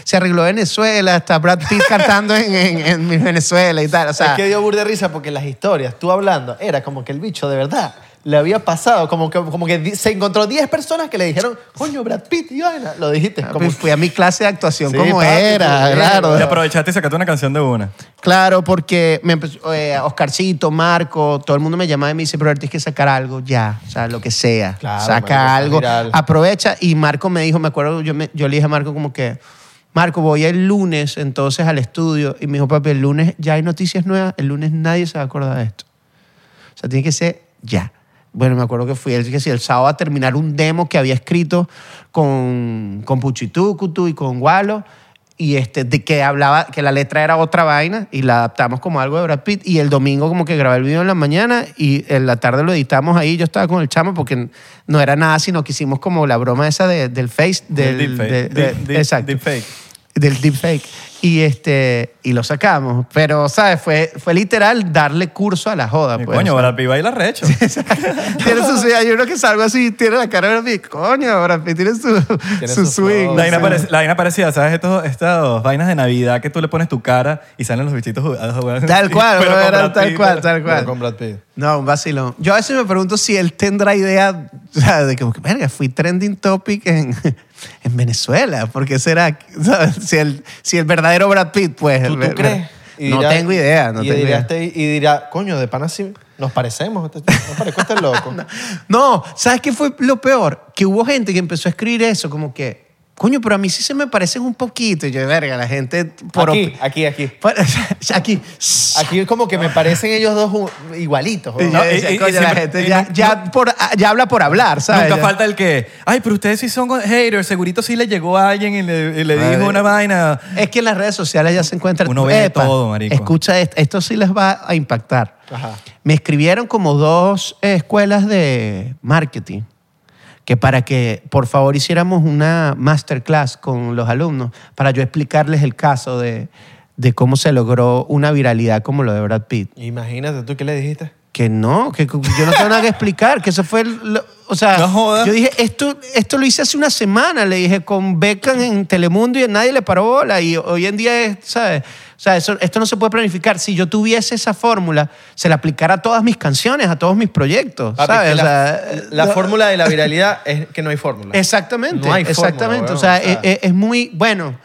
C: se arregló Venezuela, está Brad Pitt cantando en, en, en Miss Venezuela y tal. O sea,
E: es que dio burda de risa porque las historias, tú hablando, era como que el bicho de verdad le había pasado, como que, como que di- se encontró 10 personas que le dijeron, coño, Brad Pitt y vaina. Lo dijiste. Como,
C: papi, pues, fui a mi clase de actuación
E: Sí,
C: como
E: papi,
C: era,
E: sí,
C: claro.
D: Y aprovechaste y sacaste una canción de una.
C: Claro, porque me empezó- eh, Oscarcito, Marco, todo el mundo me llamaba y me dice, pero tienes que sacar algo ya, o sea, lo que sea.
E: Claro,
C: Saca
E: marico,
C: algo,
E: viral.
C: aprovecha. Y Marco me dijo, me acuerdo, yo, me- yo le dije a Marco como que, Marco, voy el lunes entonces al estudio. Y me dijo, papi, el lunes ya hay noticias nuevas, el lunes nadie se va a acordar de esto. O sea, tiene que ser ya. Bueno, me acuerdo que fui el, que sí, el sábado a terminar un demo que había escrito con, con Puchitucutu y con Gualo, y este, de que hablaba, que la letra era otra vaina, y la adaptamos como algo de Brad Pitt, y el domingo como que grabé el video en la mañana, y en la tarde lo editamos ahí, yo estaba con el chamo, porque no era nada, sino que hicimos como la broma esa de- del face, del...
D: Del deepfake.
C: de- de-
D: Deep- deep-
C: exacto
D: deepfake.
C: del deepfake. Y, este, y lo sacamos. Pero, ¿sabes? Fue, fue literal darle curso a la joda.
D: Y
C: Pues.
D: coño,
C: O sea,
D: Brad Pitt baila recho.
C: tiene su swing. Hay uno que salgo así, tiene la cara de Brad Pitt. Coño, Brad Pitt tiene su, su
E: su
C: swing.
E: flow.
D: La vaina,
C: Sí.
D: parec- la vaina parecida, ¿sabes? Estos, estas vainas de Navidad que tú le pones tu cara y salen los bichitos jugados.
C: Tal cual,
D: Pero
C: bro,
D: con
C: era
D: Brad
C: tal
D: Pitt,
C: cual,
D: pero-
C: tal
E: Pero
C: cual.
E: con Brad Pitt.
C: No, un vacilón. Yo a veces me pregunto si él tendrá idea o sea, de que, verga, fui trending topic en, en Venezuela. ¿Por qué será? ¿Sabes? Si, el, si el verdadero Brad Pitt, pues...
E: ¿Tú,
C: el
E: tú
C: ver-
E: crees? Y
C: no
E: dirá-
C: tengo idea, no
E: y
C: tengo
E: dirá
C: idea.
E: este- y dirá, coño, de pana sí nos parecemos. este- Nos parezco a este loco.
C: No, ¿sabes qué fue lo peor? Que hubo gente que empezó a escribir eso, como que, Coño, pero a mí sí se me parecen un poquito. Y yo, verga, la gente... Por
E: aquí,
C: opi-
E: aquí, aquí.
C: por- aquí.
E: Aquí es como que me parecen ellos dos u- igualitos.
C: Y yo
E: ¿no?
D: y-
C: decía,
D: y- y
C: coño, la
D: siempre-
C: gente
D: y
C: ya,
D: no-
C: ya por- ya habla por hablar, ¿sabes?
D: Nunca
C: Ya-
D: falta el que, ay, pero ustedes sí son haters, segurito sí le llegó a alguien y le, y le
C: Madre.
D: dijo una vaina.
C: Es que en las redes sociales ya se encuentra.
D: Uno ve de todo, marico.
C: Escucha esto, esto sí les va a impactar.
E: Ajá.
C: Me escribieron como dos eh, escuelas de marketing que para que por favor hiciéramos una masterclass con los alumnos para yo explicarles el caso de, de cómo se logró una viralidad como lo de Brad Pitt.
E: Imagínate tú qué le dijiste.
C: Que no, que cu- yo no tengo nada que explicar, que eso fue, el- lo- o sea,
D: No jodas.
C: yo dije, esto, esto lo hice hace una semana, le dije, con Beckham en Telemundo y nadie le paró bola y hoy en día es, ¿sabes? O sea, eso- esto no se puede planificar. Si yo tuviese esa fórmula, se la aplicara a todas mis canciones, a todos mis proyectos,
E: Papi,
C: ¿sabes?
E: que
C: O
E: la
C: sea,
E: la
C: no-
E: fórmula de la viralidad es que no hay fórmula.
C: Exactamente,
E: No hay fórmula,
C: exactamente.
E: weón,
C: o sea,
E: o sea.
C: es- Es, es muy, bueno,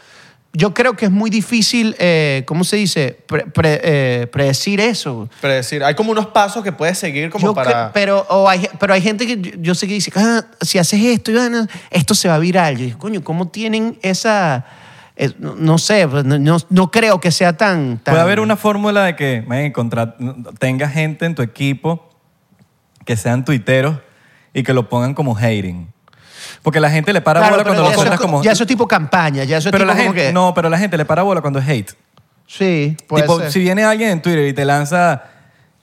C: yo creo que es muy difícil, eh, ¿cómo se dice? Pre- pre- eh, predecir eso.
E: Pero es decir, hay como unos pasos que puedes seguir como
C: Yo
E: para...
C: cre- pero, o hay, pero hay gente que yo, yo sé que dice, "Ah, si haces esto, y vaina, esto se va a viral. Yo digo, coño, ¿cómo tienen esa...? es- no, no sé, pues, no, no- no creo que sea tan... tan-
D: Puede haber una fórmula de que man, contra- tenga gente en tu equipo que sean tuiteros y que lo pongan como hating. Porque la gente le para
C: Claro,
D: bola
C: pero
D: cuando lo
C: ya, eso,
D: sueltas
C: es co-
D: como...
C: ya eso es tipo campaña, ya eso es
D: pero
C: tipo
D: la
C: como
D: gente,
C: que...
D: No, pero la gente le para bola cuando es hate.
C: Sí, puede
D: tipo,
C: ser.
D: si viene alguien en Twitter y te lanza...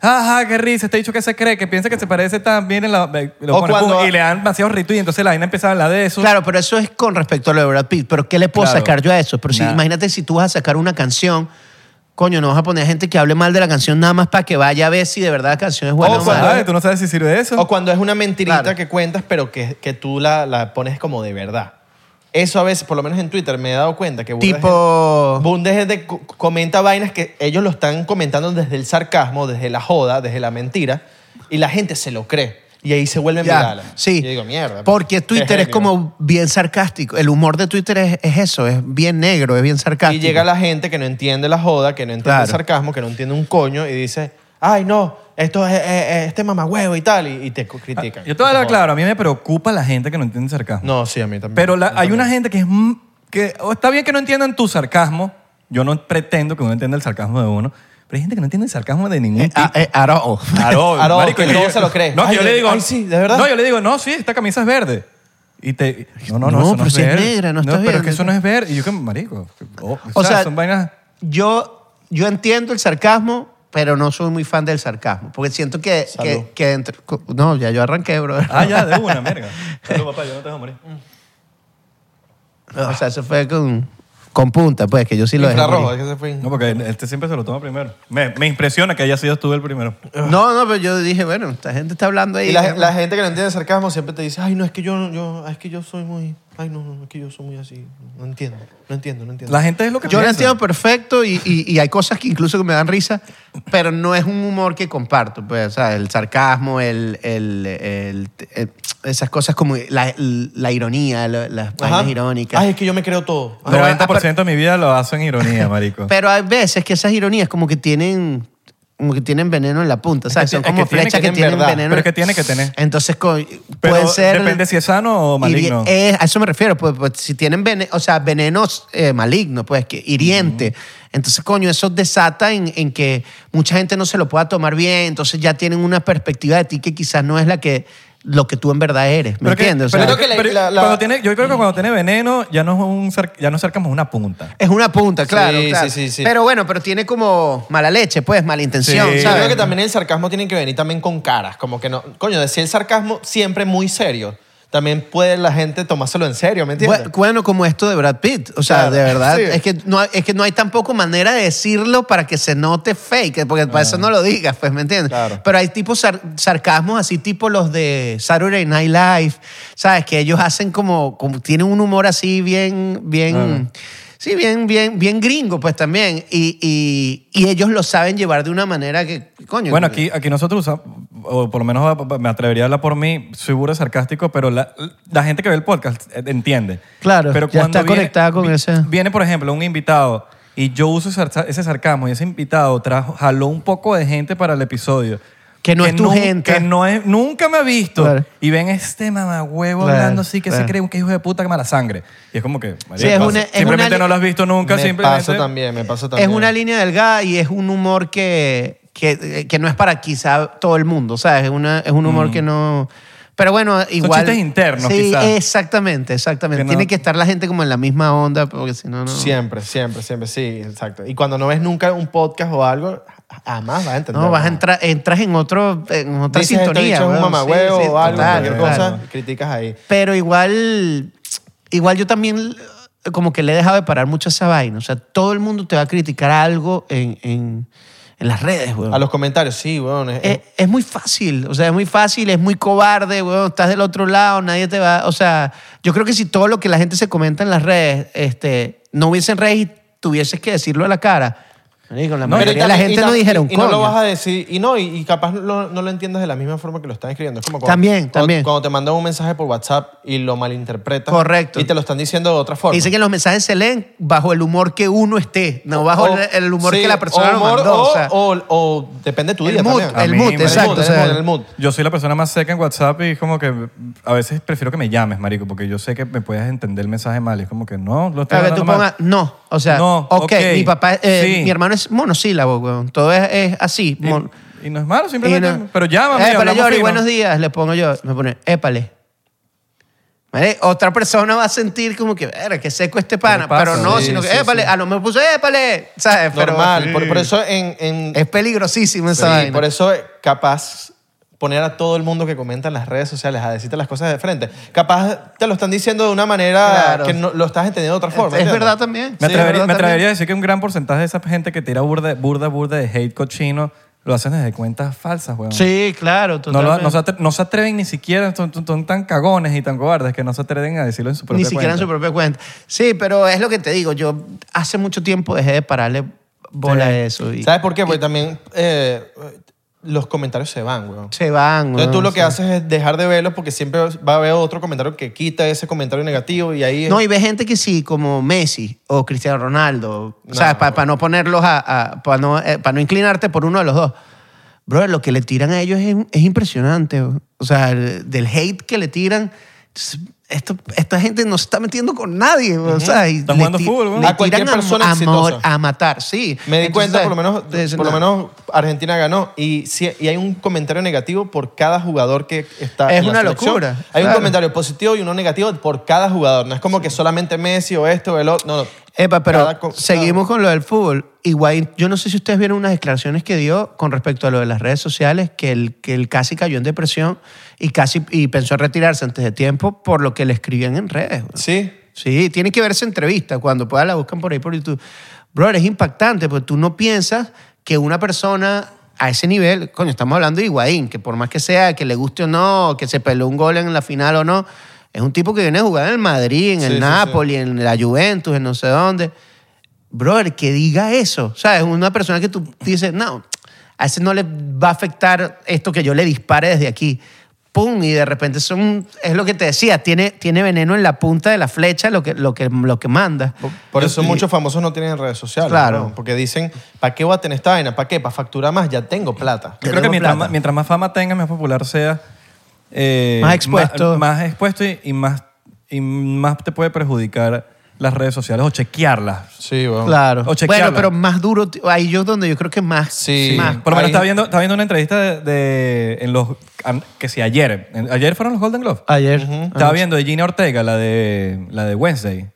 D: Ajá, qué risa, este dicho que se cree, que piensa que se parece tan bien en la... lo
E: O
D: pone,
E: cuando-
D: pum, y le dan demasiados retweets y entonces la vaina empieza a hablar de eso.
C: Claro, pero eso es con respecto a lo de Brad Pitt. ¿Pero qué le puedo
D: Claro.
C: sacar yo a eso? Pero si,
D: Nada.
C: imagínate si tú vas a sacar una canción, coño, no vas a poner a gente que hable mal de la canción nada más para que vaya a ver si de verdad la canción es buena
E: O
C: o
E: cuando
C: mala.
D: Ay, tú no sabes si sirve eso.
E: O cuando es una mentirita
C: Claro.
E: que cuentas, pero que, que tú la, la pones como de verdad. Eso a veces, por lo menos en Twitter, me he dado cuenta que burda de
C: Tipo-
E: gente- burda de gente co- comenta vainas que ellos lo están comentando desde el sarcasmo, desde la joda, desde la mentira, y la gente se lo cree. Y ahí se vuelven
C: Ya,
E: virales.
C: Sí.
E: Y yo digo, mierda.
C: Porque
E: qué
C: Twitter es
E: genio".
C: como bien sarcástico. El humor de Twitter es, es eso, es bien negro, es bien
E: Y
C: sarcástico.
E: llega la gente que no entiende la joda, que no entiende
C: Claro.
E: el sarcasmo, que no entiende un coño y dice, ay, no, esto es, es- es este mamagüevo y tal, y, y te co- critican.
D: Ah, Yo te voy a hablar
E: Joda.
D: claro, a mí me preocupa la gente que no entiende sarcasmo.
E: No, sí, a mí también.
D: Pero la-
E: Yo
D: hay
E: también.
D: una gente que es... m- que o está bien que no entiendan tu sarcasmo. Yo no pretendo que uno entienda el sarcasmo de uno. Pero hay gente que no entiende el sarcasmo de ningún
C: Eh,
D: tipo.
C: ah, eh, Arao.
D: Aro,
E: Aro, que
D: yo-
E: todo se lo cree.
D: No, que
E: Ay,
D: yo le
E: de-
D: digo...
E: ay, sí, ¿de verdad?
D: No, yo le digo, no, sí, esta camisa es verde. Y te... No, no,
C: No,
D: no, eso no
C: pero
D: es
C: si es
D: verde.
C: negra, no
D: no
C: estás
D: pero es
C: viendo.
D: que eso no es verde. Y yo que, marico... oh,
C: O
D: o sea,
C: sea,
D: son vainas...
C: yo, yo entiendo el sarcasmo, pero no soy muy fan del sarcasmo. Porque siento que,
E: Salud.
C: que, que dentro- No, ya yo arranqué, bro.
D: Ah, ya, de una, verga. Salud, papá, yo no te dejo morir.
C: O sea, eso fue con, con punta, pues, que yo sí lo dejé
E: Infrarrojo,
C: morir.
E: es que se fue.
D: No, porque este siempre se lo toma primero. Me, me impresiona que haya sido tú el primero.
C: No, no, pero yo dije, bueno, esta gente está hablando ahí.
E: Y la, la gente que no entiende sarcasmo siempre te dice, ay, no, es que yo, yo, es que yo soy muy, ay, no, no, es que yo soy muy así, no entiendo, no entiendo, no entiendo.
D: La gente es lo que
C: yo lo
D: piensa.
C: entiendo perfecto y, y- y hay cosas que incluso que me dan risa, pero no es un humor que comparto. Pues, o sea, el sarcasmo, el, el- el- el- esas cosas como la, la ironía, la- las
E: Ajá.
C: vainas irónicas.
E: Ay, es que yo me creo todo.
C: Pero-
D: 90% de mi vida lo hago en ironía, marico.
C: Pero hay veces que esas ironías como que tienen como que tienen veneno en la punta,
D: Es
C: ¿sabes?
D: que
C: Son
D: ti- es
C: como
D: que tiene
C: flechas
E: que
C: que
E: tener
C: tienen
E: verdad.
C: veneno.
D: Pero es que tiene que tener.
C: Entonces co-
D: Pero
C: pueden ser
D: depende si es sano o maligno.
C: hiri- eh, a eso me refiero, pues, pues, si tienen veneno, o sea, venenos eh, malignos, pues que hiriente.
D: Mm.
C: Entonces, coño, eso desata en, en que mucha gente no se lo pueda tomar bien, entonces ya tienen una perspectiva de ti que quizás no es la que lo que tú en verdad eres, ¿me
D: Pero que-
C: entiendes? O
D: pero
C: sea,
E: yo creo que la-
D: pero
E: la- la-
D: cuando tiene- yo creo que cuando tiene veneno ya no es un sar- ya no cercamos una punta.
C: es una punta, claro,
E: Sí,
C: claro.
E: sí, sí, sí.
C: Pero bueno, pero tiene como mala leche, pues, mala intención,
D: Sí.
E: Yo
C: ¿sabes?
E: creo que también el sarcasmo tiene que venir también con caras, como que no, coño, decir el sarcasmo siempre muy serio, también puede la gente tomárselo en serio, ¿me entiendes?
C: Bu- Bueno, como esto de Brad Pitt. O sea,
E: Claro,
C: de verdad,
E: sí.
C: es, que no, hay- es que no hay tampoco manera de decirlo para que se note fake, eh, porque para eso no lo digas, pues, ¿me entiendes?
E: Ah. Claro.
C: Pero hay tipos sar- sarcasmos así, tipo los de Saturday Night Live, ¿sabes? Que ellos hacen como, como tienen un humor así bien, bien... Sí, bien, bien, bien gringo, pues también. Y, y- y ellos lo saben llevar de una manera que, coño.
D: Bueno, aquí, aquí nosotros usamos, o por lo menos ah, me atrevería a hablar por mí, soy burro de sarcástico, pero la, la gente que ve el podcast eh, entiende.
C: Claro, ya está conectada con
D: vi-
C: ese-
D: Viene, por ejemplo, un invitado y yo uso ese sar- ese sarcasmo y ese invitado trajo, jaló un poco de gente para el episodio.
C: Que no es tu
D: nun-
C: gente.
D: Que no es, nunca me ha visto.
C: Claro.
D: Y ven este mamagüevo
C: Claro,
D: hablando así que
C: claro.
D: se cree que hijo de puta que mala sangre. Y es como que. marico,
C: Sí, es una- es
D: simplemente
C: una-
D: no lo has visto nunca.
E: me
D: simplemente.
E: pasa también, me pasa
C: es
E: también.
C: una línea delgada y es un humor que, que, que no es para quizá todo el mundo, ¿sabes? Es, una, es un
E: Mm.
C: humor que no... Pero bueno, igual...
D: chistes internos,
C: Sí,
D: quizá.
C: exactamente, exactamente.
D: Que no-
C: Tiene que estar la gente como en la misma onda porque si no, no...
E: Siempre, siempre, siempre, sí, exacto. Y cuando no ves nunca un podcast o algo, jamás vas a entender.
C: No, vas a entrar, entras en, otro, en otra
E: Dices, "Este
C: sintonía.
E: bicho es un
C: weón".
E: mamagüeo
C: Sí, sí,
E: o algo,
C: total,
E: cualquier
C: total.
E: cosa, criticas ahí.
C: Pero igual, igual yo también eh, como que le he dejado de parar mucho a esa vaina. O sea, todo el mundo te va a criticar algo en, en, en las redes, weón.
E: A los comentarios, sí, weón. es-
C: es, Eh, es muy fácil, o sea, es muy fácil, es muy cobarde, weón, estás del otro lado, nadie te va, o sea, yo creo que si todo lo que la gente se comenta en las redes, este, no hubiesen redes y tuvieses que decirlo a la cara, marico, la
D: No,
C: mayoría
E: y
C: de la
E: también-
C: gente
E: y
C: no
E: tam-
C: dijeron
E: y, y no
C: coño.
E: lo vas a decir y no y, y capaz lo- no lo entiendas de la misma forma que lo están escribiendo es como cuando,
C: También,
E: cuando-
C: también.
E: cuando te mandan un mensaje por WhatsApp y lo malinterpretas
C: Correcto.
E: y te lo están diciendo de otra forma
C: Dice que los mensajes se leen bajo el humor que uno esté, no bajo
E: O-
C: el, el humor
E: sí,
C: que la persona
E: o humor,
C: lo mandó.
E: O,
C: o sea,
E: o- o depende de tu
C: el
E: día
C: mood,
E: también.
D: A
C: el
D: mí,
C: mood,
D: el mood,
C: exacto. o
E: el
C: sea,
E: mood, el mood.
D: Yo soy la persona más seca en WhatsApp y es como que a veces prefiero que me llames, marico, porque yo sé que me puedes entender el mensaje mal. Y es como que no, lo estoy
C: Claro, que
D: hablando
C: tú
D: mal.
C: pongas, no, o sea,
D: No,
C: ok,
D: ok,
C: mi papá, eh,
D: sí.
C: mi hermano es monosílabo, weón. todo es, es así. mon-
D: Y, y no es malo,
C: Y
D: simplemente.
C: no-
D: Pero llámame.
C: Épale,
D: hablamos
C: Yori,
D: fino.
C: buenos días, le pongo yo. Me pone, épale. ¿Vale? Otra persona va a sentir como que, verga, que seco este pana.
D: ¿Qué pasa?
C: Pero no,
E: Sí,
C: sino que,
E: sí,
C: épale.
E: sí.
C: A lo mejor puso, épale. ¿Sabes? Pero-
E: normal
C: Sí.
E: por, por eso en, en-
C: Es peligrosísimo esa
E: sí,
C: vaina.
E: por eso eh, capaz poner a todo el mundo que comenta en las redes sociales a decirte las cosas de frente capaz te lo están diciendo de una manera
C: Claro.
E: que no, lo estás entendiendo de otra forma
C: es
E: ¿entiendes?
C: verdad también.
D: Me,
C: Sí,
D: atrevería,
C: es verdad
D: me
C: también.
D: atrevería a decir que un gran porcentaje de esa gente que tira burda, burda, burda de hate cochino lo hacen desde cuentas falsas, weón.
C: Sí, claro,
D: No, lo-
C: totalmente.
D: no se atre- no se atreven ni siquiera, son, son- son tan cagones y tan cobardes que no se atreven a decirlo en su propia
C: Ni siquiera en su
D: cuenta.
C: propia cuenta. Sí, pero es lo que te digo. Yo hace mucho tiempo dejé de pararle bola
D: Sí.
C: a eso. Y
E: ¿Sabes por qué? Porque también eh, los comentarios se van, weón.
C: Se van.
E: Entonces tú
C: weón,
E: lo
C: o
E: que
C: sea.
E: haces es dejar de verlos porque siempre va a haber otro comentario que quita ese comentario negativo y ahí...
C: No, y ve gente que sí, como Messi o Cristiano Ronaldo,
E: No.
C: ¿sabes? Para no ponerlos a. para no, eh, pa' no inclinarte por uno de los dos. Bro, lo que le tiran a ellos es, es impresionante. bro. O sea, el- del hate que le tiran. es- Esto, esta gente no se está metiendo con nadie. bro, o sea, y
D: Están
C: le
D: jugando
C: ti-
D: fútbol, bro.
C: le
E: A cualquier
C: tiran
E: persona
C: a,
E: exitosa.
C: mor- a matar, sí.
E: me di
C: Entonces,
E: cuenta, por lo menos,
C: entonces,
E: por lo
C: no.
E: menos Argentina ganó y, sí- y hay un comentario negativo por cada jugador que está
C: Es
E: en la
C: una
E: selección.
C: locura,
E: Hay un
C: claro.
E: comentario positivo y uno negativo por cada jugador. No es como que solamente Messi o esto o el otro. No, no.
C: Epa, pero
E: Cada co-
C: seguimos con lo del fútbol. Igual, yo no sé si ustedes vieron unas declaraciones que dio con respecto a lo de las redes sociales, que él, que él casi cayó en depresión y casi y pensó en retirarse antes de tiempo por lo que le escribían en redes. güey.
E: Sí.
C: Sí, tiene que verse entrevista. Cuando pueda la buscan por ahí por YouTube. Brother, es impactante porque tú no piensas que una persona a ese nivel, coño, estamos hablando de Higuaín, que por más que sea, que le guste o no, que se peló un gol en la final o no, es un tipo que viene a jugar en el Madrid, en
E: Sí,
C: el
E: sí,
C: Napoli, en la Juventus, en no sé dónde. Brother, que diga eso. O sea, es una persona que tú dices, no, a ese no le va a afectar esto que yo le dispare desde aquí. Pum, y de repente son, es lo que te decía, tiene, tiene veneno en la punta de la flecha lo que, lo que, lo que manda.
E: Por, por eso muchos famosos no tienen redes sociales.
C: Claro.
E: ¿no? Porque dicen, ¿para qué voy a tener esta vaina? ¿Para qué? Para facturar más, ya tengo plata.
D: Yo creo que mientras
C: plata.
D: más, mientras más fama tengas, más popular seas. eh,
C: Más expuesto.
D: Más, más expuesto y, y más, y más te puede perjudicar las redes sociales o chequearlas.
E: Sí, weón.
C: Claro.
D: O chequearla.
C: Bueno, pero más duro, t- ahí yo es donde yo creo que más.
E: Sí.
C: más.
D: Por lo menos
E: Ahí-
D: estaba viendo, estaba viendo una entrevista de, de- en los, an- que si ayer, en- ayer fueron los Golden Globes.
C: Ayer.
D: Estaba viendo de Gina Ortega, la de, la de Wednesday.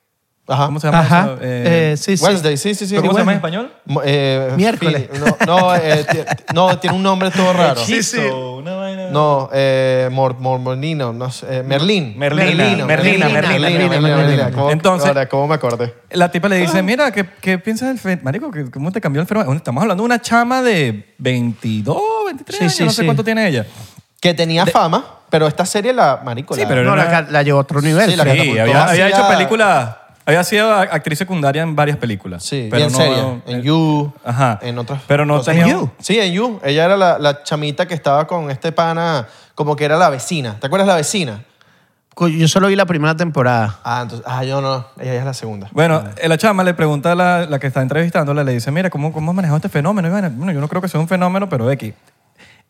E: Ajá.
D: ¿Cómo se llama
C: Ajá.
D: eso? Eh,
C: Eh, sí, sí.
E: Wednesday, sí, sí, sí.
D: ¿Pero ¿Cómo se llama en
E: Wednesday.
D: español?
E: Mo- eh,
C: Miércoles.
E: fin- no, no, eh, ti- no, tiene un nombre todo raro.
D: sí. Una vaina.
E: No, eh, Mor- Mormonino, no sé, eh, Merlín.
D: Merlina,
E: Merlino,
D: Merlina, Merlina,
C: Merlina, Merlina.
E: ¿Cómo-
D: Entonces-
E: ahora, ¿cómo me acordé?
D: La tipa le
C: ah.
D: dice, mira, ¿qué, qué piensas del fe- Marico, ¿qué- ¿cómo te cambió el fenómeno? Estamos hablando de una chama de 22, 23
C: Sí,
D: años,
C: sí,
D: no sé
C: sí.
D: cuánto tiene ella.
E: Que tenía fama, pero esta serie la marico.
D: Sí,
E: la-
D: pero
C: No, la, ca- la llevó a otro nivel.
E: Sí, la
C: Fred.
D: Sí,
E: catapultó.
D: había, había
E: Hacía-
D: hecho películas, había sido a- actriz secundaria en varias películas.
E: Sí,
D: pero
E: bien
D: no-
E: seria. En You,
D: Ajá.
E: en otras
D: Pero no
E: cosas.
D: tenía...
C: ¿En You?
E: Sí, en You. Ella era la, la chamita que estaba con este pana, como que era la vecina. ¿Te acuerdas la vecina?
C: Coño, Yo solo vi la primera temporada.
E: Ah, entonces, ah, yo no. Ella es la segunda.
D: Bueno, eh, la chama le pregunta a la, la que está entrevistándola, le dice, mira, ¿cómo, cómo has manejado este fenómeno? Y vaina, bueno, yo no creo que sea un fenómeno, pero X.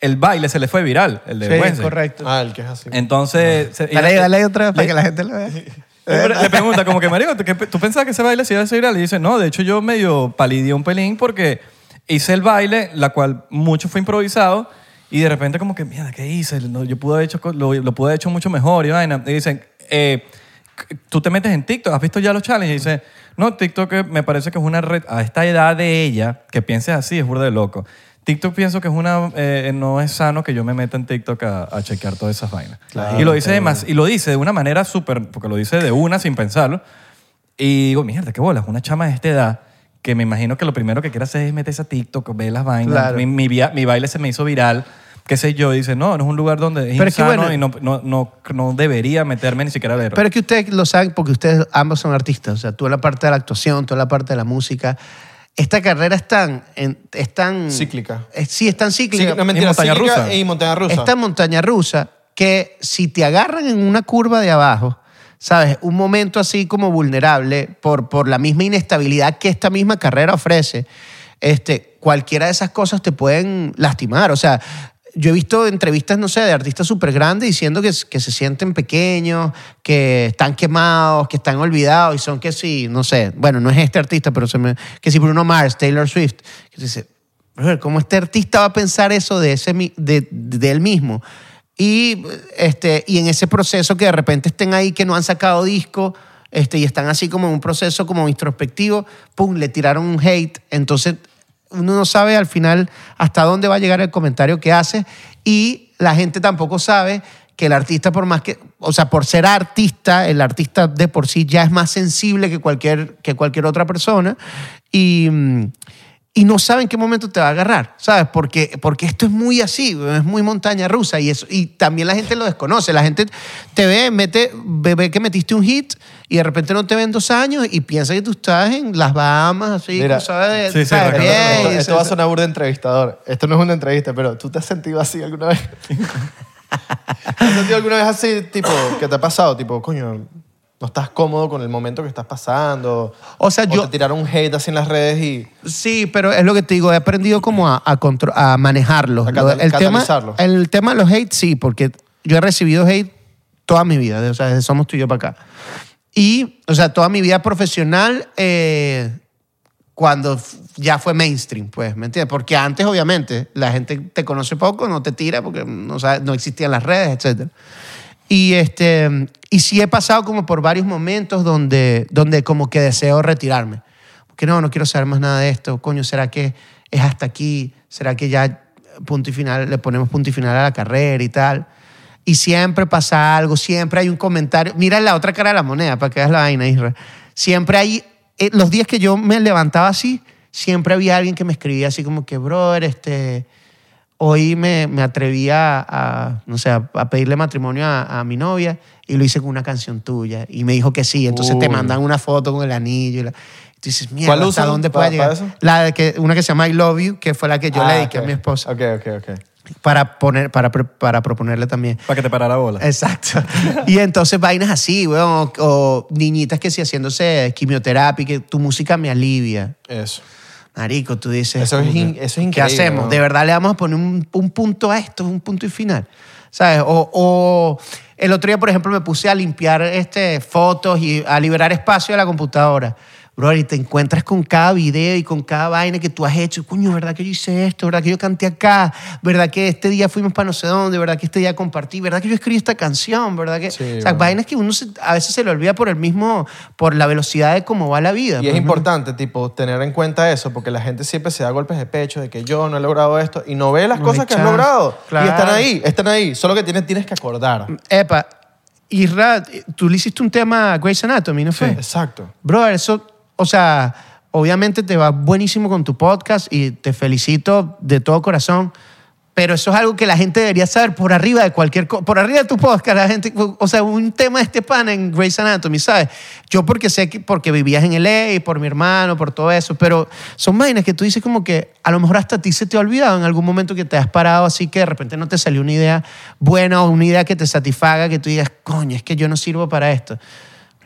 D: el baile se le fue viral, el de
C: Sí,
D: Wednesday.
C: correcto.
E: Ah, el que es así. Ah.
D: Entonces. se-
C: Dale,
D: ella-
C: dale otra vez para que la gente lo vea.
D: Le pre- le pregunta como que, marico, ¿tú, qué pe- tú pensabas que ese baile se iba a hacer viral? Y dice, no, de hecho yo medio palideé un pelín porque hice el baile, la cual mucho fue improvisado, y de repente como que, mierda, ¿qué hice? No, yo pude haber hecho, co- lo, lo pude haber hecho mucho mejor, y vaina. Y dicen, eh, c- tú te metes en TikTok, ¿has visto ya los challenges? Y dice, no, TikTok eh, me parece que es una red, a esta edad de ella, que pienses así, es burda de loco. TikTok pienso que es una eh, no es sano que yo me meta en TikTok a, a chequear todas esas vainas. y lo dice de más, y lo dice de una manera súper, porque lo dice de una sin pensarlo. Y digo, mierda, qué bolas, una chama de esta edad que me imagino que lo primero que quiere hacer es meterse a TikTok, ver las vainas.
C: Claro.
D: Mi, mi via- mi baile se me hizo viral, qué sé yo. y Dice, no, no es un lugar donde es
C: Pero es que
D: insano
C: bueno-
D: y no, no, no, no debería meterme ni siquiera a leer.
C: Pero es que ustedes lo saben porque ustedes ambos son artistas. O sea, tú en la parte de la actuación, tú en la parte de la música. Esta carrera es tan... en- es tan-
E: Cíclica.
C: es- sí, es tan
E: Sí,
C: cíclica.
E: no, mentira,
D: montaña
E: cíclica
D: rusa.
E: Y montaña rusa.
C: Esta montaña rusa que si te agarran en una curva de abajo, ¿sabes? Un momento así como vulnerable por, por la misma inestabilidad que esta misma carrera ofrece, este, cualquiera de esas cosas te pueden lastimar. O sea, yo he visto entrevistas, no sé, de artistas súper grandes diciendo que, s- que se sienten pequeños, que están quemados, que están olvidados y son que si, no sé, bueno, no es este artista, pero se me, que si Bruno Mars, Taylor Swift, que dice, Brother, ¿cómo este artista va a pensar eso de, ese, mi- de, de él mismo? Y, este, y en ese proceso que de repente estén ahí, que no han sacado disco este, y están así como en un proceso como introspectivo, pum, le tiraron un hate. Entonces uno no sabe al final hasta dónde va a llegar el comentario que hace y la gente tampoco sabe que el artista por más que, o sea, por ser artista, el artista de por sí ya es más sensible que cualquier, que cualquier otra persona y, mm, y no saben qué momento te va a agarrar, ¿sabes? Porque, porque esto es muy así, es muy montaña rusa y, eso, y también la gente lo desconoce. La gente te ve, mete, ve, ve que metiste un hit y de repente no te ven dos años y piensa que tú estás en las Bahamas, así,
E: Mira,
C: como sabes,
D: sí, sí,
E: Esto-
C: ¿sabes?
D: recuerdo,
C: Bien,
E: esto,
C: y
E: esto
C: eso-
E: va a sonar burda de entrevistador. Esto no es una entrevista, pero ¿tú te has sentido así alguna vez? ¿Te has sentido alguna vez así, tipo, que te ha pasado? Tipo, coño, no estás cómodo con el momento que estás pasando.
C: O sea, yo-
E: te tiraron un hate así en las redes y...
C: Sí, pero es lo que te digo, he aprendido como a, a, contro- a manejarlo.
E: A
C: Lo- el,
E: catal-
C: tema,
E: catalizarlo.
C: el tema de los hate, sí, porque yo he recibido hate toda mi vida, de- o sea, desde Somos Tú y Yo para acá. Y, o sea, toda mi vida profesional, eh, cuando f- ya fue mainstream, pues, ¿me entiendes? Porque antes, obviamente, la gente te conoce poco, no te tira porque no, sabe- no existían las redes, etcétera. Y, este, y sí he pasado como por varios momentos donde, donde como que deseo retirarme. Porque no, no quiero saber más nada de esto. Coño, ¿será que es hasta aquí? ¿Será que ya punto y final, le ponemos punto y final a la carrera y tal? Y siempre pasa algo, siempre hay un comentario. Mira la otra cara de la moneda para que veas la vaina, Isra. Siempre hay, eh, los días que yo me levantaba así, siempre había alguien que me escribía así como que, brother, este hoy me, me atreví a, a, no sé, a, a pedirle matrimonio a, a mi novia y lo hice con una canción tuya. Y me dijo que sí. Entonces te
E: Uy.
C: mandan una foto con el anillo. Y la, y tú dices, mierda,
E: ¿Cuál
C: ¿hasta
E: usan
C: dónde
E: pa-
C: puede
E: para
C: llegar?
E: eso?
C: La de que, una que se llama I Love You, que fue la que yo
E: Ah,
C: le dediqué
E: ok.
C: a mi esposa
E: Ok, ok, ok.
C: para, poner, para, pre- para proponerle también.
D: para que te parara bola.
C: Eh, Exacto. Y entonces vainas así, weón, o, o niñitas que sí haciéndose quimioterapia, que tu música me alivia.
E: Eso.
C: Marico, tú dices.
E: Eso es
C: como
E: in-
C: que,
E: eso es increíble,
C: ¿Qué hacemos?
E: ¿no?
C: ¿De verdad le vamos a poner un, un punto a esto, un punto y final? ¿Sabes? O, o el otro día, por ejemplo, me puse a limpiar este, fotos y a liberar espacio de la computadora. Bro, y te encuentras con cada video y con cada vaina que tú has hecho. Coño, ¿verdad que yo hice esto? ¿Verdad que yo canté acá? ¿Verdad que este día fuimos para no sé dónde? ¿Verdad que este día compartí? ¿Verdad que yo escribí esta canción? ¿Verdad que...?
E: Sí,
C: o sea,
E: bueno.
C: vainas que uno se- a veces se le olvida por el mismo... por la velocidad de cómo va la vida.
E: Y
C: pues,
E: es
C: ¿no?
E: importante, tipo, tener en cuenta eso, porque la gente siempre se da golpes de pecho de que yo no he logrado esto y no ve las
C: No
E: cosas
C: hay
E: que has
C: chance.
E: logrado.
C: Claro.
E: Y están ahí, están ahí. Solo que tienes, tienes que acordar.
C: Epa, Isra, tú le hiciste un tema a Grey's Anatomy, ¿no fue?
E: Exacto.
C: Bro, eso, o sea, obviamente te va buenísimo con tu podcast y te felicito de todo corazón, pero eso es algo que la gente debería saber por arriba de cualquier cosa, por arriba de tu podcast, la gente, o sea, un tema de este pan en Grey's Anatomy, ¿sabes? Yo porque sé que, porque vivías en LA, por mi hermano, por todo eso, pero son vainas que tú dices como que a lo mejor hasta a ti se te ha olvidado en algún momento que te has parado así que de repente no te salió una idea buena o una idea que te satisfaga, que tú digas, coño, es que yo no sirvo para esto.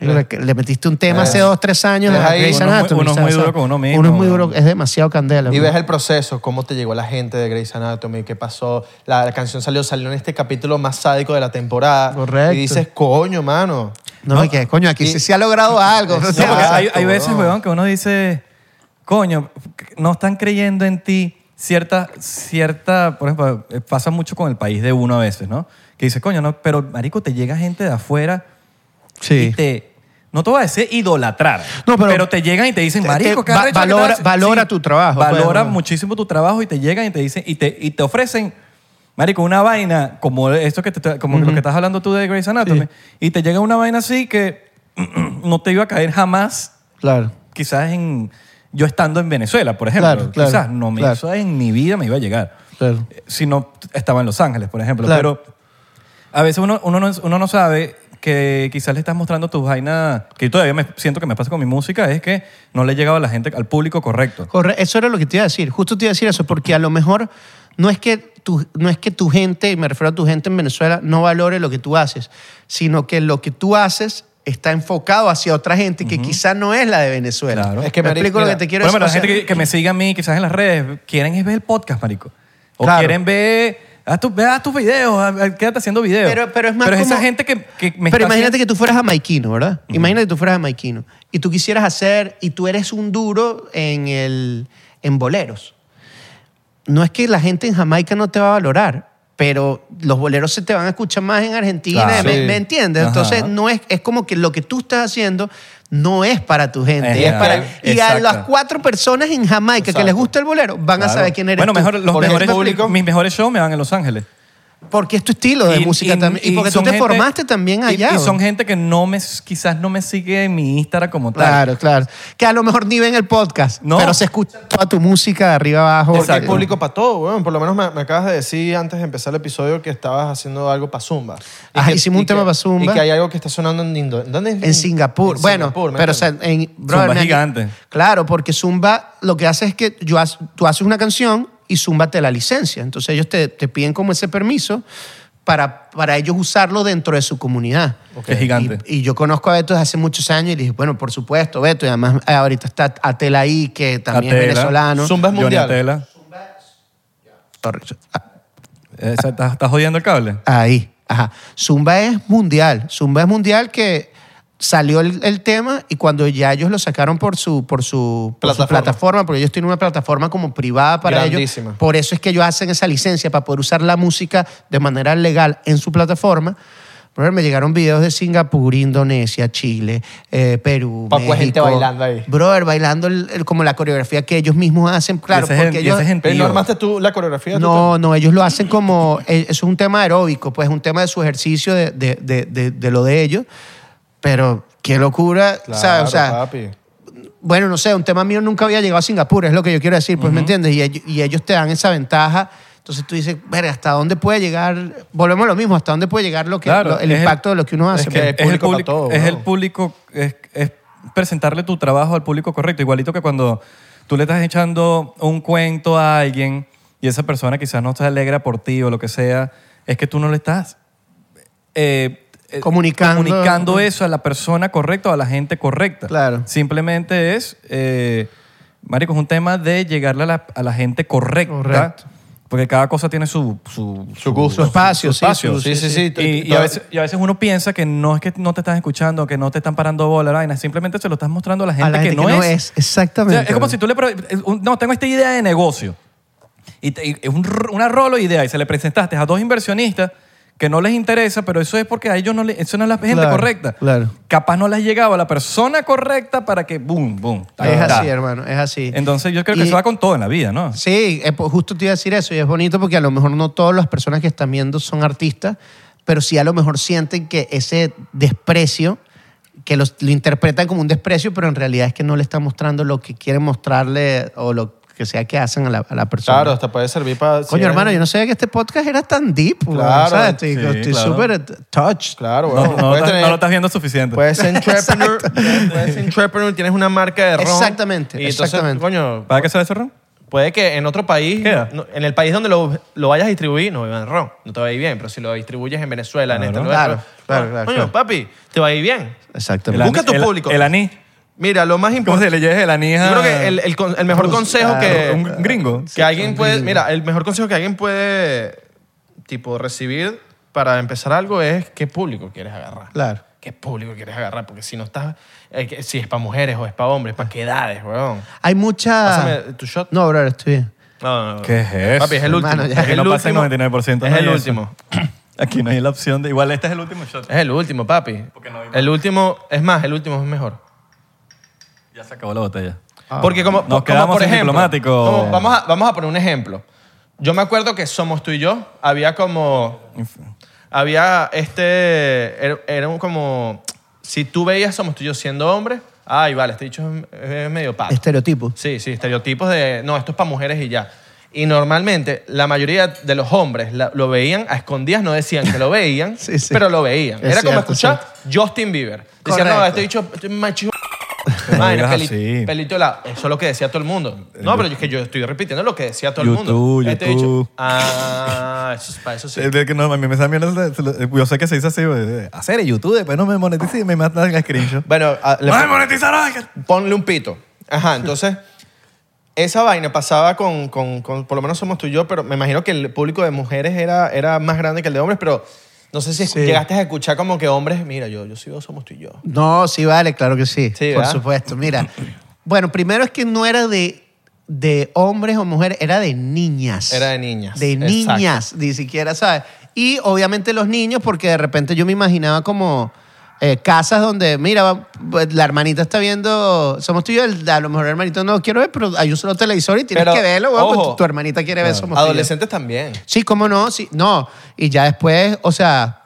C: Le, le metiste un tema hace dos, tres años.
E: Es
C: a
E: ahí.
C: Grey's
E: Uno
D: es muy-
C: Anatomy,
D: Eh. uno es
C: ¿sabes?
D: muy duro con uno mismo,
C: Uno es muy duro,
D: weón.
C: es demasiado candela.
E: Y
C: weón.
E: ves el proceso, cómo te llegó la gente de Grey's Anatomy, qué pasó. La, la canción salió, salió en este capítulo más sádico de la temporada.
C: Correcto.
E: Y dices, coño, mano.
C: No, y que, coño, aquí
E: Y-
C: sí se ha logrado algo.
E: ah, Exacto.
D: No, porque hay, hay
E: weón.
D: veces, weón, que uno dice, coño, no están creyendo en ti cierta, cierta, por ejemplo, eh, pasa mucho con el país de uno a veces, ¿no? Que dice, coño, no, pero marico, te llega gente de afuera y
C: Sí.
D: te, no te voy a decir idolatrar,
C: No, pero-
D: te llegan y te dicen,
C: Te-
D: marico,
C: te-
D: qué
C: va-
D: arrecho que
C: valora-
D: estás-
C: valora tu trabajo, pues,
D: Valora
C: weón.
D: muchísimo tu trabajo y te llegan y te dicen, y te, y te ofrecen, marico, una vaina como esto que te, como lo que estás hablando tú de Grey's Anatomy, y te llega una vaina así que no te iba a caer jamás
C: Claro.
D: quizás en yo estando en Venezuela, por ejemplo,
C: Claro, claro,
D: quizás no me
C: claro.
D: eso en mi vida me iba a llegar.
C: Claro.
D: Eh, Si no estaba en Los Ángeles, por ejemplo,
C: Claro.
D: pero a veces uno, uno, no, uno no sabe que quizás le estás mostrando tus vainas, que yo todavía me siento que me pasa con mi música, es que no le he llegado a la gente, al público correcto.
C: Corre- eso era lo que te iba a decir. Justo te iba a decir eso, porque a lo mejor no es que tu, no es que tu gente, y me refiero a tu gente en Venezuela, no valore lo que tú haces, sino que lo que tú haces está enfocado hacia otra gente que quizá no es la de Venezuela.
D: Claro.
E: Es que,
C: me
E: Mari-
C: explico lo
E: mira,
C: que te quiero
D: Bueno,
C: decir.
D: pero la
C: O sea,
D: gente que, que me sigue a mí, quizás en las redes, quieren es ver el podcast, marico. O
C: Claro.
D: quieren ver, haz, tu- ve- haz tus videos, haz- haz- quédate haciendo videos.
C: Pero, pero es más
D: esa
C: como-
D: gente que, que
C: Pero
D: me está
C: imagínate
D: haciendo-
C: que tú fueras jamaiquino, ¿verdad? Imagínate que tú fueras jamaiquino y tú quisieras hacer, y tú eres un duro en, el, en boleros. No es que la gente en Jamaica no te va a valorar, pero los boleros se te van a escuchar más en Argentina,
D: Claro.
C: ¿me,
E: Sí.
C: me entiendes?
D: Ajá.
C: Entonces, no es, es como que lo que tú estás haciendo no es para tu gente.
D: Es
C: y es
D: que-
C: para, y a
D: exacto.
C: las cuatro personas en Jamaica que les gusta el bolero van a
D: Claro.
C: saber quién eres
D: Bueno,
C: tú.
D: mejor, los
C: Por
D: mejores
C: ejemplo,
D: públicos, mis mejores shows me van en Los Ángeles.
C: Porque es tu estilo de
D: Y-
C: música también. Y, porque tú
D: son
C: te
D: gente-
C: formaste también
D: y-
C: allá.
D: Y,
C: ¿o?
D: son gente que no me, quizás no me sigue en mi Instagram como tal.
C: Claro, claro. Que a lo mejor ni ven el podcast,
D: No.
C: pero se escucha toda tu música de arriba abajo.
E: Porque hay
C: Porque-
E: público para todo, weón. Por lo menos me, me acabas de decir antes de empezar el episodio que estabas haciendo algo para Zumba. Y
C: Ah,
E: que-
C: hicimos un
E: y que-
C: tema pa' Zumba.
E: Y que hay algo que está sonando en Indo- ¿Dónde es?
C: En Singapur.
E: En
C: bueno,
E: Singapur, ¿me
C: pero o sea,
E: entiendes?
C: en,
D: Zumba
C: me-
D: gigante.
C: Claro, porque Zumba lo que hace es que yo, haz- tú haces una canción y Zumba te la licencia. Entonces ellos te, te piden como ese permiso para, para ellos usarlo dentro de su comunidad.
D: Que es gigante.
C: Y, y yo conozco a Beto desde hace muchos años y le dije, bueno, por supuesto, Beto. Y además eh, ahorita está Atel ahí, que también es
D: Atela,
C: venezolano.
E: Zumba es
D: Johnny
E: mundial.
D: Atela.
C: Sorry.
D: Esa- ¿Estás estás jodiendo el cable?
C: Ahí, ajá. Zumba es mundial. Zumba es mundial que salió el, el tema y cuando ya ellos lo sacaron por su, por su por su
E: Plataforma.
C: plataforma, porque ellos tienen una plataforma como privada para
E: Grandísima.
C: ellos. Por eso es que ellos hacen esa licencia para poder usar la música de manera legal en su plataforma. Brother, me llegaron videos de Singapur, Indonesia, Chile, eh, Perú,
E: Pa' pues, gente
C: México.
E: bailando ahí.
C: Brother, bailando el- el- como la coreografía que ellos mismos hacen. Claro,
D: ese es
C: porque
D: el- y
C: ellos,
D: ese es el
E: Pero ¿no
D: Tío.
E: armaste tú la coreografía? tú
C: no, no, ellos lo hacen como. eh, Eso es un tema aeróbico, pues es un tema de su ejercicio, de, de- de- de- de lo de ellos. Pero qué locura,
E: también?
C: ¿sabes? O sea,
E: Claro, papi.
C: bueno, no sé, un tema mío nunca había llegado a Singapur, es lo que yo quiero decir, pues, ¿me entiendes? Y, ellos- y ellos te dan esa ventaja. Entonces tú dices, verga, ¿hasta dónde puede llegar? Volvemos a lo mismo, ¿hasta dónde puede llegar lo que,
D: Claro,
C: lo- el
D: es el-
C: impacto de lo que uno hace?
E: es que
C: pues?
E: hay público
D: el
E: para
D: public-
E: todo,
D: Es
E: ¿no?
D: el público, es, es presentarle tu trabajo al público correcto. Igualito que cuando tú le estás echando un cuento a alguien y esa persona quizás no se alegra por ti o lo que sea, es que tú no le estás eh, eh,
C: Comunicando.
D: comunicando eso a la persona correcta o a la gente correcta.
C: Claro.
D: Simplemente es, eh, marico, es un tema de llegarle a la, a la gente correcta.
C: Correcto.
D: Porque cada cosa tiene su, su,
E: Su
C: Su
E: gusto.
C: espacio, sí, su-
E: Sí, sí, sí.
D: y, y a veces, y a veces uno piensa que no es que no te están escuchando, que no te están parando bola, la vaina. Simplemente se lo estás mostrando a la gente,
C: a la gente
D: que, no, es. O
C: Exactamente.
D: sea, es como si tú le... pre- un- No, tengo esta idea de negocio. Y, te- y es un r- una rolo idea y se le presentaste a dos inversionistas que no les interesa, pero eso es porque a ellos no le, eso no es la gente
C: Claro,
D: correcta.
C: claro.
D: Capaz no les llegaba la persona correcta para que boom, boom. ta,
C: Es
D: ta.
C: así, hermano, es así.
D: Entonces yo creo que
C: Y-
D: eso va con todo en la vida, ¿no?
C: Sí, eh, pues, justo te iba a decir eso y es bonito porque a lo mejor no todas las personas que están viendo son artistas, pero sí a lo mejor sienten que ese desprecio, que los- lo interpretan como un desprecio, pero en realidad es que no le están mostrando lo que quieren mostrarle o lo que sea que hacen a la, a la persona.
E: Claro, hasta puede servir para...
C: Coño, hermano, yo no sabía que este podcast era tan deep. güey,
E: Claro,
C: ¿sabes? Estoy
D: sí,
C: estoy
D: claro.
C: súper touched.
E: Claro,
D: No,
E: weón.
D: no lo
E: Puedes
D: estás-
E: tener-
D: no lo estás viendo suficiente.
E: Puedes ser entrepreneur, puedes ser entrepreneur, tienes una marca de ron.
C: Exactamente,
E: y entonces,
C: exactamente.
E: coño,
D: ¿Para qué se va a cerrar?
E: Puede que en otro país,
D: Queda.
E: no- en el país donde lo, lo vayas a distribuir, no viva en ron, no te va a ir bien. Pero si lo distribuyes en Venezuela, en este
D: Claro.
E: lugar,
C: Claro,
E: pero-
C: claro,
E: Ah,
C: claro,
E: Coño,
C: claro.
E: papi, te va a ir bien.
D: El
C: Exactamente.
E: Busca
D: ani-
E: tu
D: el-
E: público.
D: El anís.
E: Mira, lo
D: ¿Cómo
E: más
D: se
E: importante.
D: le llega el anís
E: Yo creo
D: a-
E: que el, el con- el mejor
C: Pues,
E: consejo que.
D: un gringo?
E: Que alguien puede. Mira, el mejor consejo que alguien puede, tipo, recibir para empezar algo es qué público quieres agarrar.
C: Claro.
E: ¿Qué público quieres agarrar? Porque si no estás. eh, que- si es para mujeres o es para hombres, ¿para qué edades, weón?
C: Hay mucha...
E: Pásame tu shot.
C: Ah. No, brother, estoy bien.
E: No, no, no.
D: ¿Qué es eso?
E: Papi, es el último.
C: Hermano, ya.
E: es
D: Que
E: el
D: no
E: último.
D: pase el 99%,
E: Es
D: no
E: el
D: hay eso.
E: último.
D: Aquí no hay la opción de. Igual este es el último shot.
E: Es el último, papi.
D: Porque no hay más.
E: el último, es más, el último es mejor.
D: Ya se acabó la botella.
E: Porque como, como
D: quedamos
E: por
D: sin
E: ejemplo,
D: diplomático.
E: como- vamos, a, vamos a poner un ejemplo. Yo me acuerdo que Somos tú y yo, había como... Había este... Era, era un como... Si tú veías Somos tú y yo siendo hombre, ay, vale, este dicho es, es medio pato.
C: Estereotipo.
E: Sí, sí, estereotipos de, no, esto es para mujeres y ya. Y normalmente la mayoría de los hombres la- lo veían a escondidas, no decían que lo veían,
C: Sí, sí.
E: pero lo veían.
C: Es
E: Era como
C: cierto,
E: escuchar Justin Bieber. Decían,
C: Correcto.
E: no, este dicho este es macho.
D: No
E: Vaina,
D: digas
E: peli-
D: así. Eh,
E: pelito de la- Eso es lo que decía todo el mundo. No, pero es que yo estoy repitiendo lo que decía todo el mundo.
D: YouTube,
E: Este dicho-
D: YouTube.
E: ah, eso, es- para eso sí.
D: Es de que no, a mí me está mierda. se lo- Yo sé que se dice así, güey, hacer el YouTube, después no me monetiza y me matan el screenshot.
E: Bueno, a- le-
D: ¡No me monetizaron!
E: ponle un pito. Ajá, entonces, esa vaina pasaba con, con- con- por lo menos somos tú y yo, pero me imagino que el público de mujeres era, era más grande que el de hombres, pero no sé si
C: Sí.
E: llegaste a escuchar como que hombres, mira, yo, yo sigo somos tú y yo.
C: No, sí vale, claro que sí.
E: Sí,
C: por
E: ¿verdad?
C: supuesto. Mira, bueno, primero es que no era de, de hombres o mujeres, era de niñas.
E: Era de niñas,
C: De
E: exacto.
C: niñas, ni siquiera, ¿sabes? Y obviamente los niños, porque de repente yo me imaginaba como eh, casas donde, mira, va- pues, la hermanita está viendo, somos tú y yo, el- a lo mejor el hermanito no quiero ver, pero hay un solo televisor y tienes
E: Pero,
C: que verlo, weón, porque
E: ojo,
C: tu, tu hermanita quiere ver somos tú y yo.
E: Adolescentes también.
C: Sí, cómo no, sí, no. Y ya después, o sea,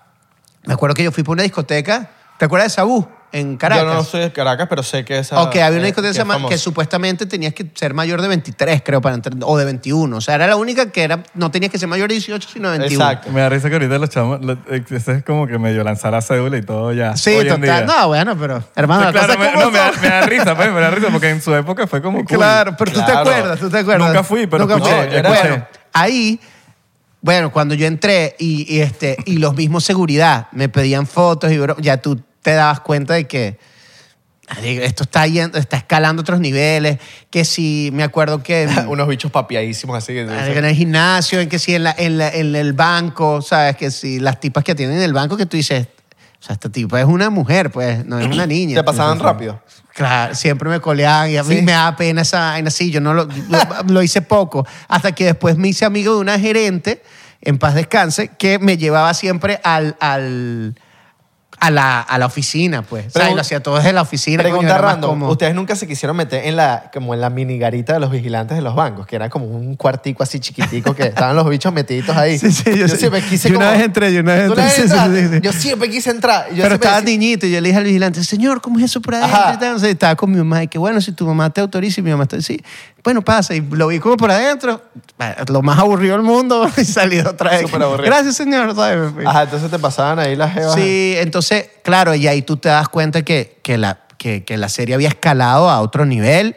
C: me acuerdo que yo fui para una discoteca, ¿te acuerdas de Sabú? En Caracas.
E: Yo no soy de Caracas, pero sé que esa...
C: Ok, había una
E: eh,
C: discoteca
E: que
C: que, se llama-
E: es
C: que
E: famosa.
C: supuestamente tenías que ser mayor de 23, creo, para entrar, o de 21. O sea, era la única que era, no tenías que ser mayor de 18, sino de 21.
E: Exacto.
D: Me da risa que ahorita los chamos, lo- eh, eso es como que medio lanzar la cédula y todo ya.
C: Sí,
D: hoy en día.
C: total. No, bueno, pero, hermano,
D: Sí,
C: la
D: claro,
C: cosa
D: me,
C: como
D: no, me, da,
C: son.
D: me da risa, pues, me da risa porque en su época fue como cool.
C: Claro, pero tú te
E: Claro.
C: acuerdas, tú te acuerdas.
D: Nunca fui, pero
C: Nunca
D: escuché,
C: fui.
E: era-
C: Bueno, ahí, bueno, cuando yo entré y, y este, y los mismos seguridad me pedían fotos y bro- ya tú te dabas cuenta de que ay, esto está yendo, está escalando otros niveles, que si me acuerdo que
E: Unos bichos papiadísimos así. que-
C: en el gimnasio, en que si en, la- en la- en el banco, ¿sabes? Que si las tipas que atienden en el banco que tú dices, o sea, esta tipa es una mujer, pues, no es una niña.
E: Te pasaban rápido.
C: Claro, siempre me coleaban y a mí me daba pena esa vaina. Sí, yo no lo, lo- lo hice poco. Hasta que después me hice amigo de una gerente, en paz descanse, que me llevaba siempre al, al- a, la, a la oficina, pues. o sea, y
E: Pregun-
C: lo hacía todo desde la oficina. coño,
E: Pregunta
C: era más
E: random.
C: cómodo.
E: Ustedes nunca se quisieron meter en la, como en la mini garita de los vigilantes de los bancos, que era como un cuartico así chiquitico que estaban los bichos metiditos ahí.
C: Sí, sí, yo sí.
E: siempre quise
C: Yo una
E: como-
C: vez entré, yo una vez
E: ¿Tú
C: entré, sí, sí,
E: entraste?
C: sí, sí.
E: Yo siempre quise entrar. y yo
C: Pero
E: siempre
C: estaba
E: decía-
C: niñito y yo le dije al vigilante, señor, ¿cómo es eso por adentro?
E: Ajá.
C: Y tal, no sé, estaba con mi mamá y que bueno, si tu mamá te autoriza y mi mamá está sí, bueno, pasa. Y lo vi como por adentro, eh, lo más aburrido del mundo y salí otra vez.
E: Súper aburrido.
C: Gracias, señor. ¿sabes? Me fui.
E: Ajá, entonces te pasaban ahí las jevas.
C: Sí, entonces, claro, y ahí tú te das cuenta que, que, la, que, que la serie había escalado a otro nivel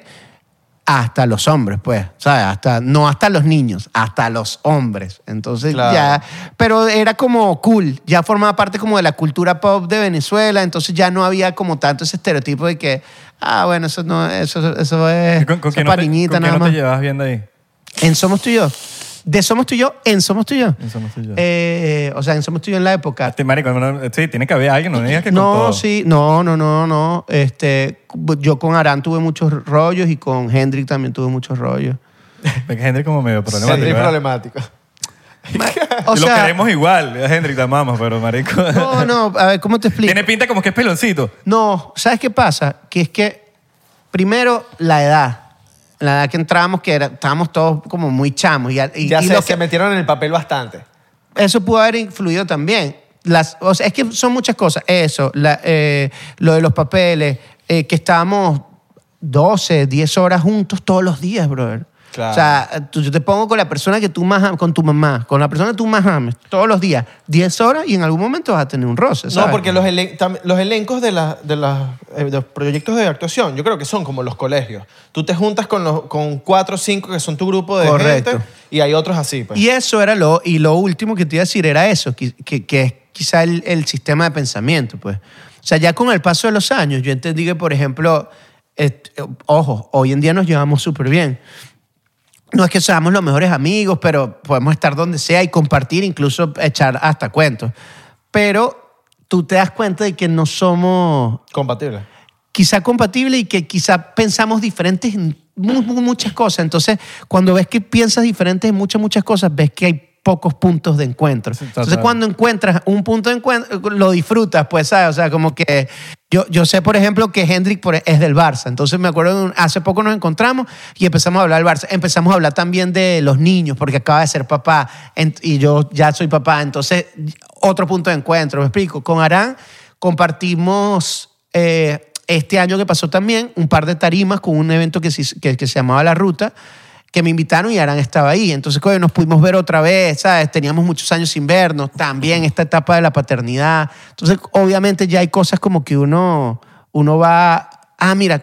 C: hasta los hombres, pues, ¿sabes? Hasta, no hasta los niños, hasta los hombres. Entonces
E: Claro.
C: ya, pero era como cool, ya formaba parte como de la cultura pop de Venezuela, entonces ya no había como tanto ese estereotipo de que, ah, bueno, eso no, eso, eso es,
D: ¿Y ¿Con,
C: eso
D: con
C: es
D: quién no
C: para
D: te,
C: niñita
D: con
C: nada
D: quién no
C: más.
D: te llevas viendo ahí?
C: En Somos Tú y Yo. De Somos Tú y Yo, en Somos Tú y Yo.
D: En Somos Tú y Yo.
C: Eh, o sea, en Somos Tú y Yo en la época.
D: Este marico, no- sí, tiene que haber alguien, no me digas que con
C: No,
D: todo.
C: sí, no, no, no, no. Este, yo con Arán tuve muchos rollos y con Hendrik también tuve muchos rollos.
D: Porque Henry como medio
E: Sí,
D: problemático.
C: ¿eh?
D: ¿verdad?
E: problemático.
C: O
D: Y lo
C: sea,
D: queremos igual, Henry, te amamos, pero marico.
C: no, no, a ver, ¿cómo te explico?
D: Tiene pinta como que es peloncito.
C: No, ¿sabes qué pasa? Que es que, primero, la edad. La edad que entramos, que era- estábamos todos como muy chamos. Y, y-
E: ya
C: y
E: sé,
C: lo
E: se
C: que-
E: metieron en el papel bastante.
C: eso pudo haber influido también. Las, o sea, es que son muchas cosas. Eso, la- eh, lo de los papeles, eh, que estábamos 12, 10 horas juntos todos los días, brother.
E: Claro.
C: O sea, tú- yo te pongo con la persona que tú más amas, con tu mamá, con la persona que tú más ames, todos los días, 10 horas y en algún momento vas a tener un roce, ¿sabes?
E: No, porque los, elen- tam- los elencos de, las- de las- eh, de los proyectos de actuación, yo creo que son como los colegios. Tú te juntas con, los, con cuatro o cinco que son tu grupo de
C: Correcto.
E: gente y hay otros así. Pues.
C: Y eso era lo, y lo último que te iba a decir era eso, que, que- que es quizá el, el sistema de pensamiento, pues. O sea, ya con el paso de los años, yo entendí que, por ejemplo, et- ojo, hoy en día nos llevamos súper bien. No es que seamos los mejores amigos, pero podemos estar donde sea y compartir, incluso echar hasta cuentos. Pero tú te das cuenta de que no somos
E: Compatibles.
C: quizá compatible y que quizá pensamos diferentes en mu- mu- muchas cosas. Entonces, cuando ves que piensas diferentes en muchas, muchas cosas, ves que hay pocos puntos de encuentro.
D: total.
C: Entonces, cuando encuentras un punto de encuentro, lo disfrutas, pues, ¿sabes? O sea, como que yo, yo sé, por ejemplo, que Hendrik por- e, es del Barça. Entonces, me acuerdo, de un- hace poco nos encontramos y empezamos a hablar del Barça. Empezamos a hablar también de los niños, porque acaba de ser papá en- y yo ya soy papá. Entonces, otro punto de encuentro, me explico. Con Arán compartimos eh, este año que pasó también un par de tarimas con un evento que se, que, que se llamaba La Ruta, que me invitaron y Arán estaba ahí. Entonces, coño, nos pudimos ver otra vez, ¿sabes? Teníamos muchos años sin vernos, también esta etapa de la paternidad. Entonces, obviamente ya hay cosas como que uno, uno va, ah, mira,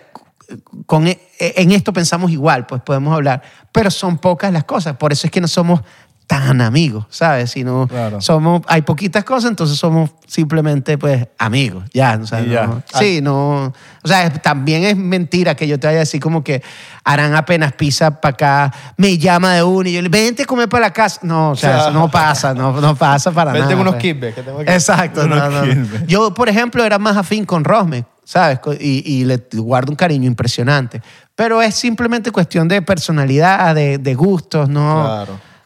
C: con, e- en esto pensamos igual, pues podemos hablar, pero son pocas las cosas, por eso es que no somos tan amigos, ¿sabes? Sino
D: Claro.
C: somos, hay poquitas cosas, entonces somos simplemente pues amigos, ya, o sea,
D: Y
C: no-
D: ya. Ah,
C: sí, no, o sea, es- también es mentira que yo te vaya a decir como que harán apenas pizza para acá, me llama de uno y yo le vente a comer para la casa, no, o sea,
E: O sea,
C: eso no pasa, no, no pasa para
E: Vente
C: nada.
E: unos
C: pues.
E: kickbacks que tengo aquí.
C: Exacto,
D: Unos
C: no, no.
D: kickbacks.
C: Yo, por ejemplo, era más afín con Rosme, ¿sabes? Co- Y, y le guardo un cariño impresionante. Pero es simplemente cuestión de personalidad, de, de gustos, no.
E: Claro.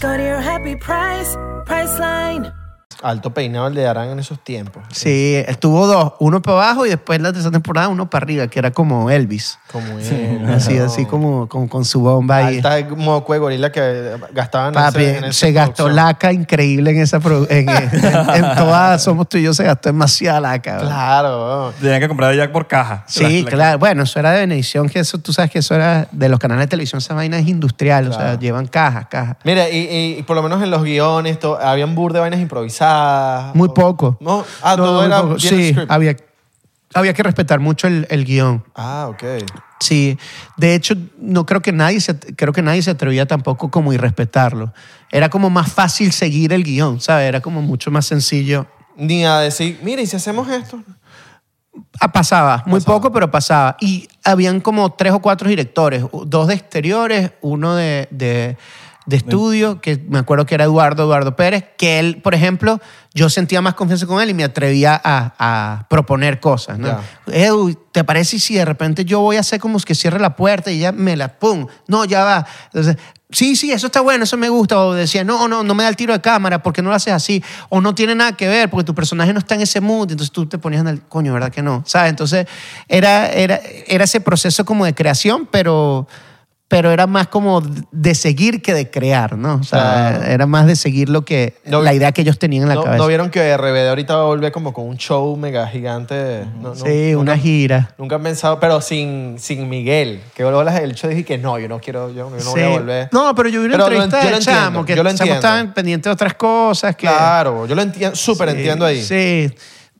H: Go to your happy price, Priceline.
E: Alto peinado el de Arán en esos tiempos.
C: Sí, estuvo dos, uno para abajo y después la tercera temporada uno para arriba, que era como Elvis.
E: Como él.
C: Así, así como, como con su bomba ahí.
E: Alta moco de gorila que gastaban en
C: Papi,
E: ese- en esa
C: se gastó
E: producción.
C: laca increíble en esa produ- en, en, en toda Somos tú y yo se gastó demasiada laca. bro.
E: Claro.
D: Tenían que comprar Jack por caja.
C: Sí,
D: La- la-
C: claro. Bueno, eso era de Venevisión, que eso, tú sabes que eso era de los canales de televisión, esa vaina es industrial, o sea, llevan cajas, cajas.
E: Mira, y, y- y por lo menos en los guiones, to- habían bur de vainas improvisadas.
C: Muy
E: O-
C: poco.
E: No, ah,
C: No,
E: todo
C: muy
E: era
C: poco.
E: bien
C: Sí,
E: script.
C: había, había que respetar mucho el, el guión.
E: Ah, ok.
C: Sí, de hecho no creo que nadie se, creo que nadie se atrevía tampoco como a irrespetarlo. Era como más fácil seguir el guión, ¿sabes? Era como mucho más sencillo.
E: Ni a decir, mira, ¿y si hacemos esto?
C: Ah, pasaba, muy poco, pero pasaba. Y habían como tres o cuatro directores, u- dos de exteriores, uno de, de, de estudio, que me acuerdo que era Eduardo, Eduardo Pérez, que él, por ejemplo, yo sentía más confianza con él y me atrevía a, a proponer cosas. ¿no?
E: Ya.
C: Edu, ¿te parece si de repente yo voy a hacer como que cierre la puerta y ya me la, pum, no, ya va. Entonces, sí, sí, eso está bueno, eso me gusta. O decía, no, no, no me da el tiro de cámara, porque no lo haces así? O no tiene nada que ver, porque tu personaje no está en ese mood. Entonces tú te ponías en el coño, ¿verdad que no? ¿Sabes? Entonces era, era, era ese proceso como de creación, pero, pero era más como de seguir que de crear, ¿no? O sea,
E: Claro.
C: era más de seguir lo que,
E: No vi-
C: la idea que ellos tenían en la
E: No,
C: cabeza.
E: ¿no vieron que RBD ahorita va a volver como con un show mega gigante? No, no,
C: sí,
E: nunca-
C: una gira.
E: Nunca han pensado, pero sin, sin Miguel. Que luego las- el show dije que no, yo no quiero, yo, yo no voy a
C: Sí.
E: volver.
C: No, pero yo vi una
E: Pero lo
C: entrevista
E: en- yo
C: del
E: lo
C: chamo,
E: entiendo,
C: que
E: yo lo
C: el chamo
E: entiendo.
C: estaba pendiente de otras cosas. Que,
E: Claro, yo lo entiendo, súper entiendo ahí.
C: Sí.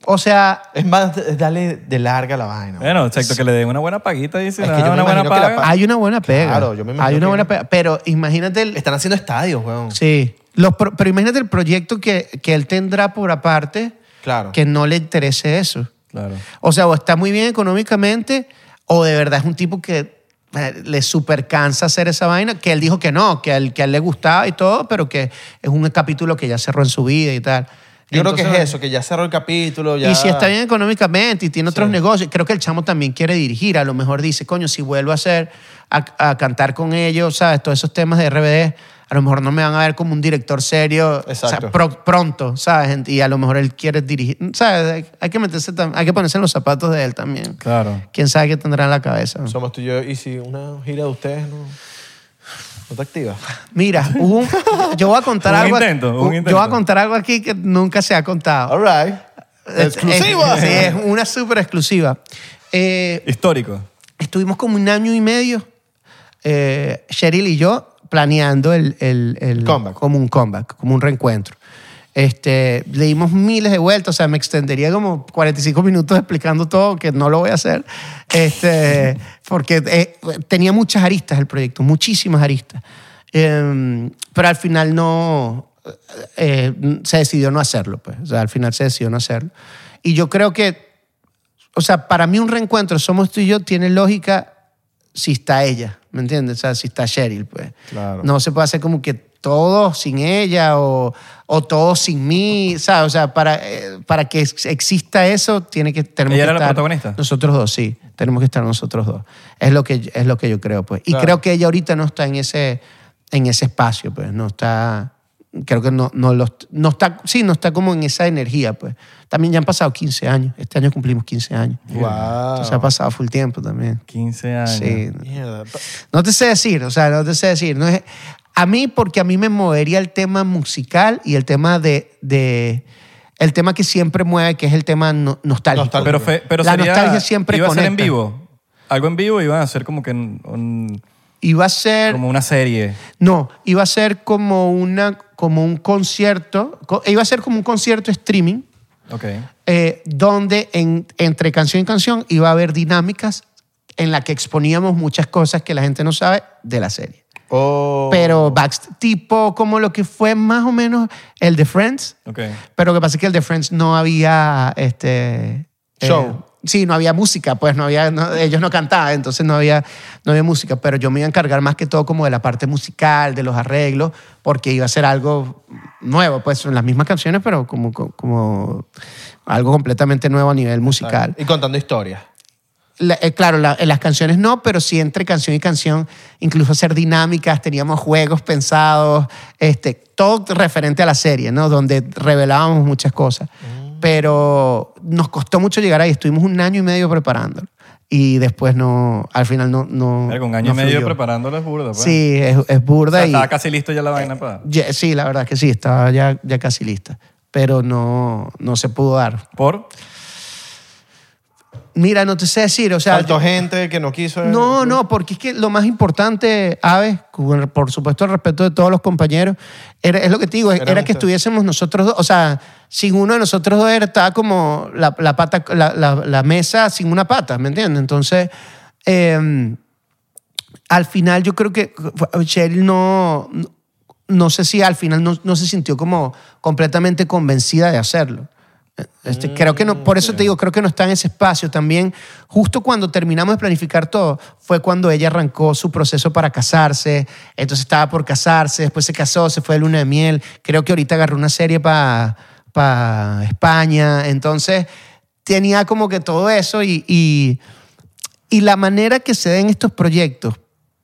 C: O sea,
E: Es más, d- dale de larga la vaina.
D: Bueno, exacto, que le den una buena paguita y si
E: Es
D: le dan
E: que yo me
D: una buena
E: imagino que la
D: paga.
E: paga-
C: hay una buena pega.
E: Claro, yo me imagino
C: Hay una
E: que-
C: buena pega. Pero imagínate el.
E: Están haciendo estadios, weón.
C: Sí. Los pro- pero imagínate el proyecto que, que él tendrá por aparte
E: Claro.
C: que no le interese eso.
D: Claro.
C: O sea, o está muy bien económicamente, o de verdad es un tipo que eh, le super cansa hacer esa vaina, que él dijo que no, que a él, que a él le gustaba y todo, pero que es un capítulo que ya cerró en su vida y tal.
E: Yo creo
C: Entonces,
E: que es eso, que ya cerró el capítulo. Ya...
C: Y si está bien económicamente y tiene otros negocios, creo que el chamo también quiere dirigir. A lo mejor dice, coño, si vuelvo a hacer, a, a cantar con ellos, ¿sabes? Todos esos temas de RBD, a lo mejor no me van a ver como un director serio o sea,
E: Exacto.
C: pro- pronto, ¿sabes? Y a lo mejor él quiere dirigir, ¿sabes? Hay- Hay que, meterse, tam- hay que ponerse en los zapatos de él también.
D: Claro.
C: ¿Quién sabe qué tendrá en la cabeza?
E: Somos tú y yo. Y si una gira de ustedes no, no te activa.
C: Mira, hubo un, yo voy a contar
D: Un
C: algo.
D: intento, un
C: Yo
D: intento.
C: voy a contar algo aquí que nunca se ha contado.
E: All right.
C: Este, ¡Exclusiva! Sí, es una súper exclusiva. Eh,
D: Histórico.
C: estuvimos como un año y medio, eh, Cheryl y yo, planeando el, el- el-
E: Comeback.
C: Como un comeback, como un reencuentro. Este, le dimos miles de vueltas, o sea, me extendería como 45 minutos explicando todo, que no lo voy a hacer, este, porque eh, tenía muchas aristas el proyecto, muchísimas aristas. Eh, pero al final no, eh, se decidió no hacerlo, pues. O sea, al final se decidió no hacerlo. Y yo creo que o sea, para mí un reencuentro, somos tú y yo, tiene lógica si está ella, ¿me entiendes? O sea, si está Cheryl, pues.
E: Claro.
C: No se puede hacer como que todos sin ella o, o todos sin mí, ¿sabes? O sea, para, eh, para que ex- exista eso, tiene que tenemos
D: ¿Ella
C: que
D: era la
C: estar
D: protagonista?
C: Nosotros dos, sí. Tenemos que estar nosotros dos. Es lo que, es lo que yo creo, pues. Y creo que ella ahorita no está en ese, en ese espacio, pues. No está... Creo que no, no, lo- no está... Sí, no está como en esa energía, pues. También ya han pasado 15 años. Este año cumplimos 15 años.
E: Wow.
C: Se ha pasado full tiempo también.
D: 15 años.
C: Sí.
E: Mierda.
C: No te sé decir, o sea, no te sé decir. No es, a mí, porque a mí me movería el tema musical y el tema de. de- el tema que siempre mueve, que es el tema no- nostálgico.
E: Nostálgico.
D: Pero, fe- pero
C: La
D: sería,
C: nostalgia siempre
D: iba a ser en
C: conecta.
D: vivo. Algo en vivo iban a ser como que un- un-
C: Iba a ser.
D: como una serie.
C: No, iba a ser como, una, como un concierto. co- Iba a ser como un concierto streaming.
D: Ok.
C: eh, donde en- entre canción y canción iba a haber dinámicas en las que exponíamos muchas cosas que la gente no sabe de la serie.
E: Oh.
C: pero backst- tipo como lo que fue más o menos el de Friends,
D: Ok.
C: pero lo que pasa es que el de Friends no había este eh,
E: Show.
C: sí, no había música, pues no había no- ellos no cantaban, entonces no había no había música, pero yo me iba a encargar más que todo como de la parte musical, de los arreglos, porque iba a ser algo nuevo, pues son las mismas canciones, pero como como- como algo completamente nuevo a nivel musical.
E: Y contando historias.
C: La- eh, claro, la- en las canciones no, pero sí entre canción y canción, incluso hacer dinámicas, teníamos juegos pensados, este, todo referente a la serie, ¿no? Donde revelábamos muchas cosas.
D: Mm.
C: Pero nos costó mucho llegar ahí, estuvimos un año y medio preparándolo. Y después no, al final no. no
D: Verga, un
C: no
D: año y medio
C: fluyó.
D: preparándolo es burda. pues.
C: Sí, es, es
D: O sea,
C: burda. y-
D: estaba casi listo ya la vaina para.
C: Ya- sí, la verdad es que sí, estaba ya, ya casi lista. Pero no, no se pudo dar.
D: Por.
C: Mira, no te sé decir, o sea.
E: Faltó gente que no quiso.
C: No, no, porque es que lo más importante, Aves, con- por supuesto el respeto de todos los compañeros, era, es lo que te digo, era,
E: Eran
C: que
E: ustedes.
C: estuviésemos nosotros dos, o sea, sin uno de nosotros dos era, estaba como la, la pata, la, la- la mesa sin una pata, ¿me entiendes? Entonces, eh, al final yo creo que Cheryl no, no sé si al final no, no se sintió como completamente convencida de hacerlo. Este, creo que no, por eso te digo, creo que no está en ese espacio también. Justo cuando terminamos de planificar todo, fue cuando ella arrancó su proceso para casarse, entonces estaba por casarse, después se casó, se fue de luna de miel, creo que ahorita agarró una serie para España, entonces tenía como que todo eso y- y y la manera que se den estos proyectos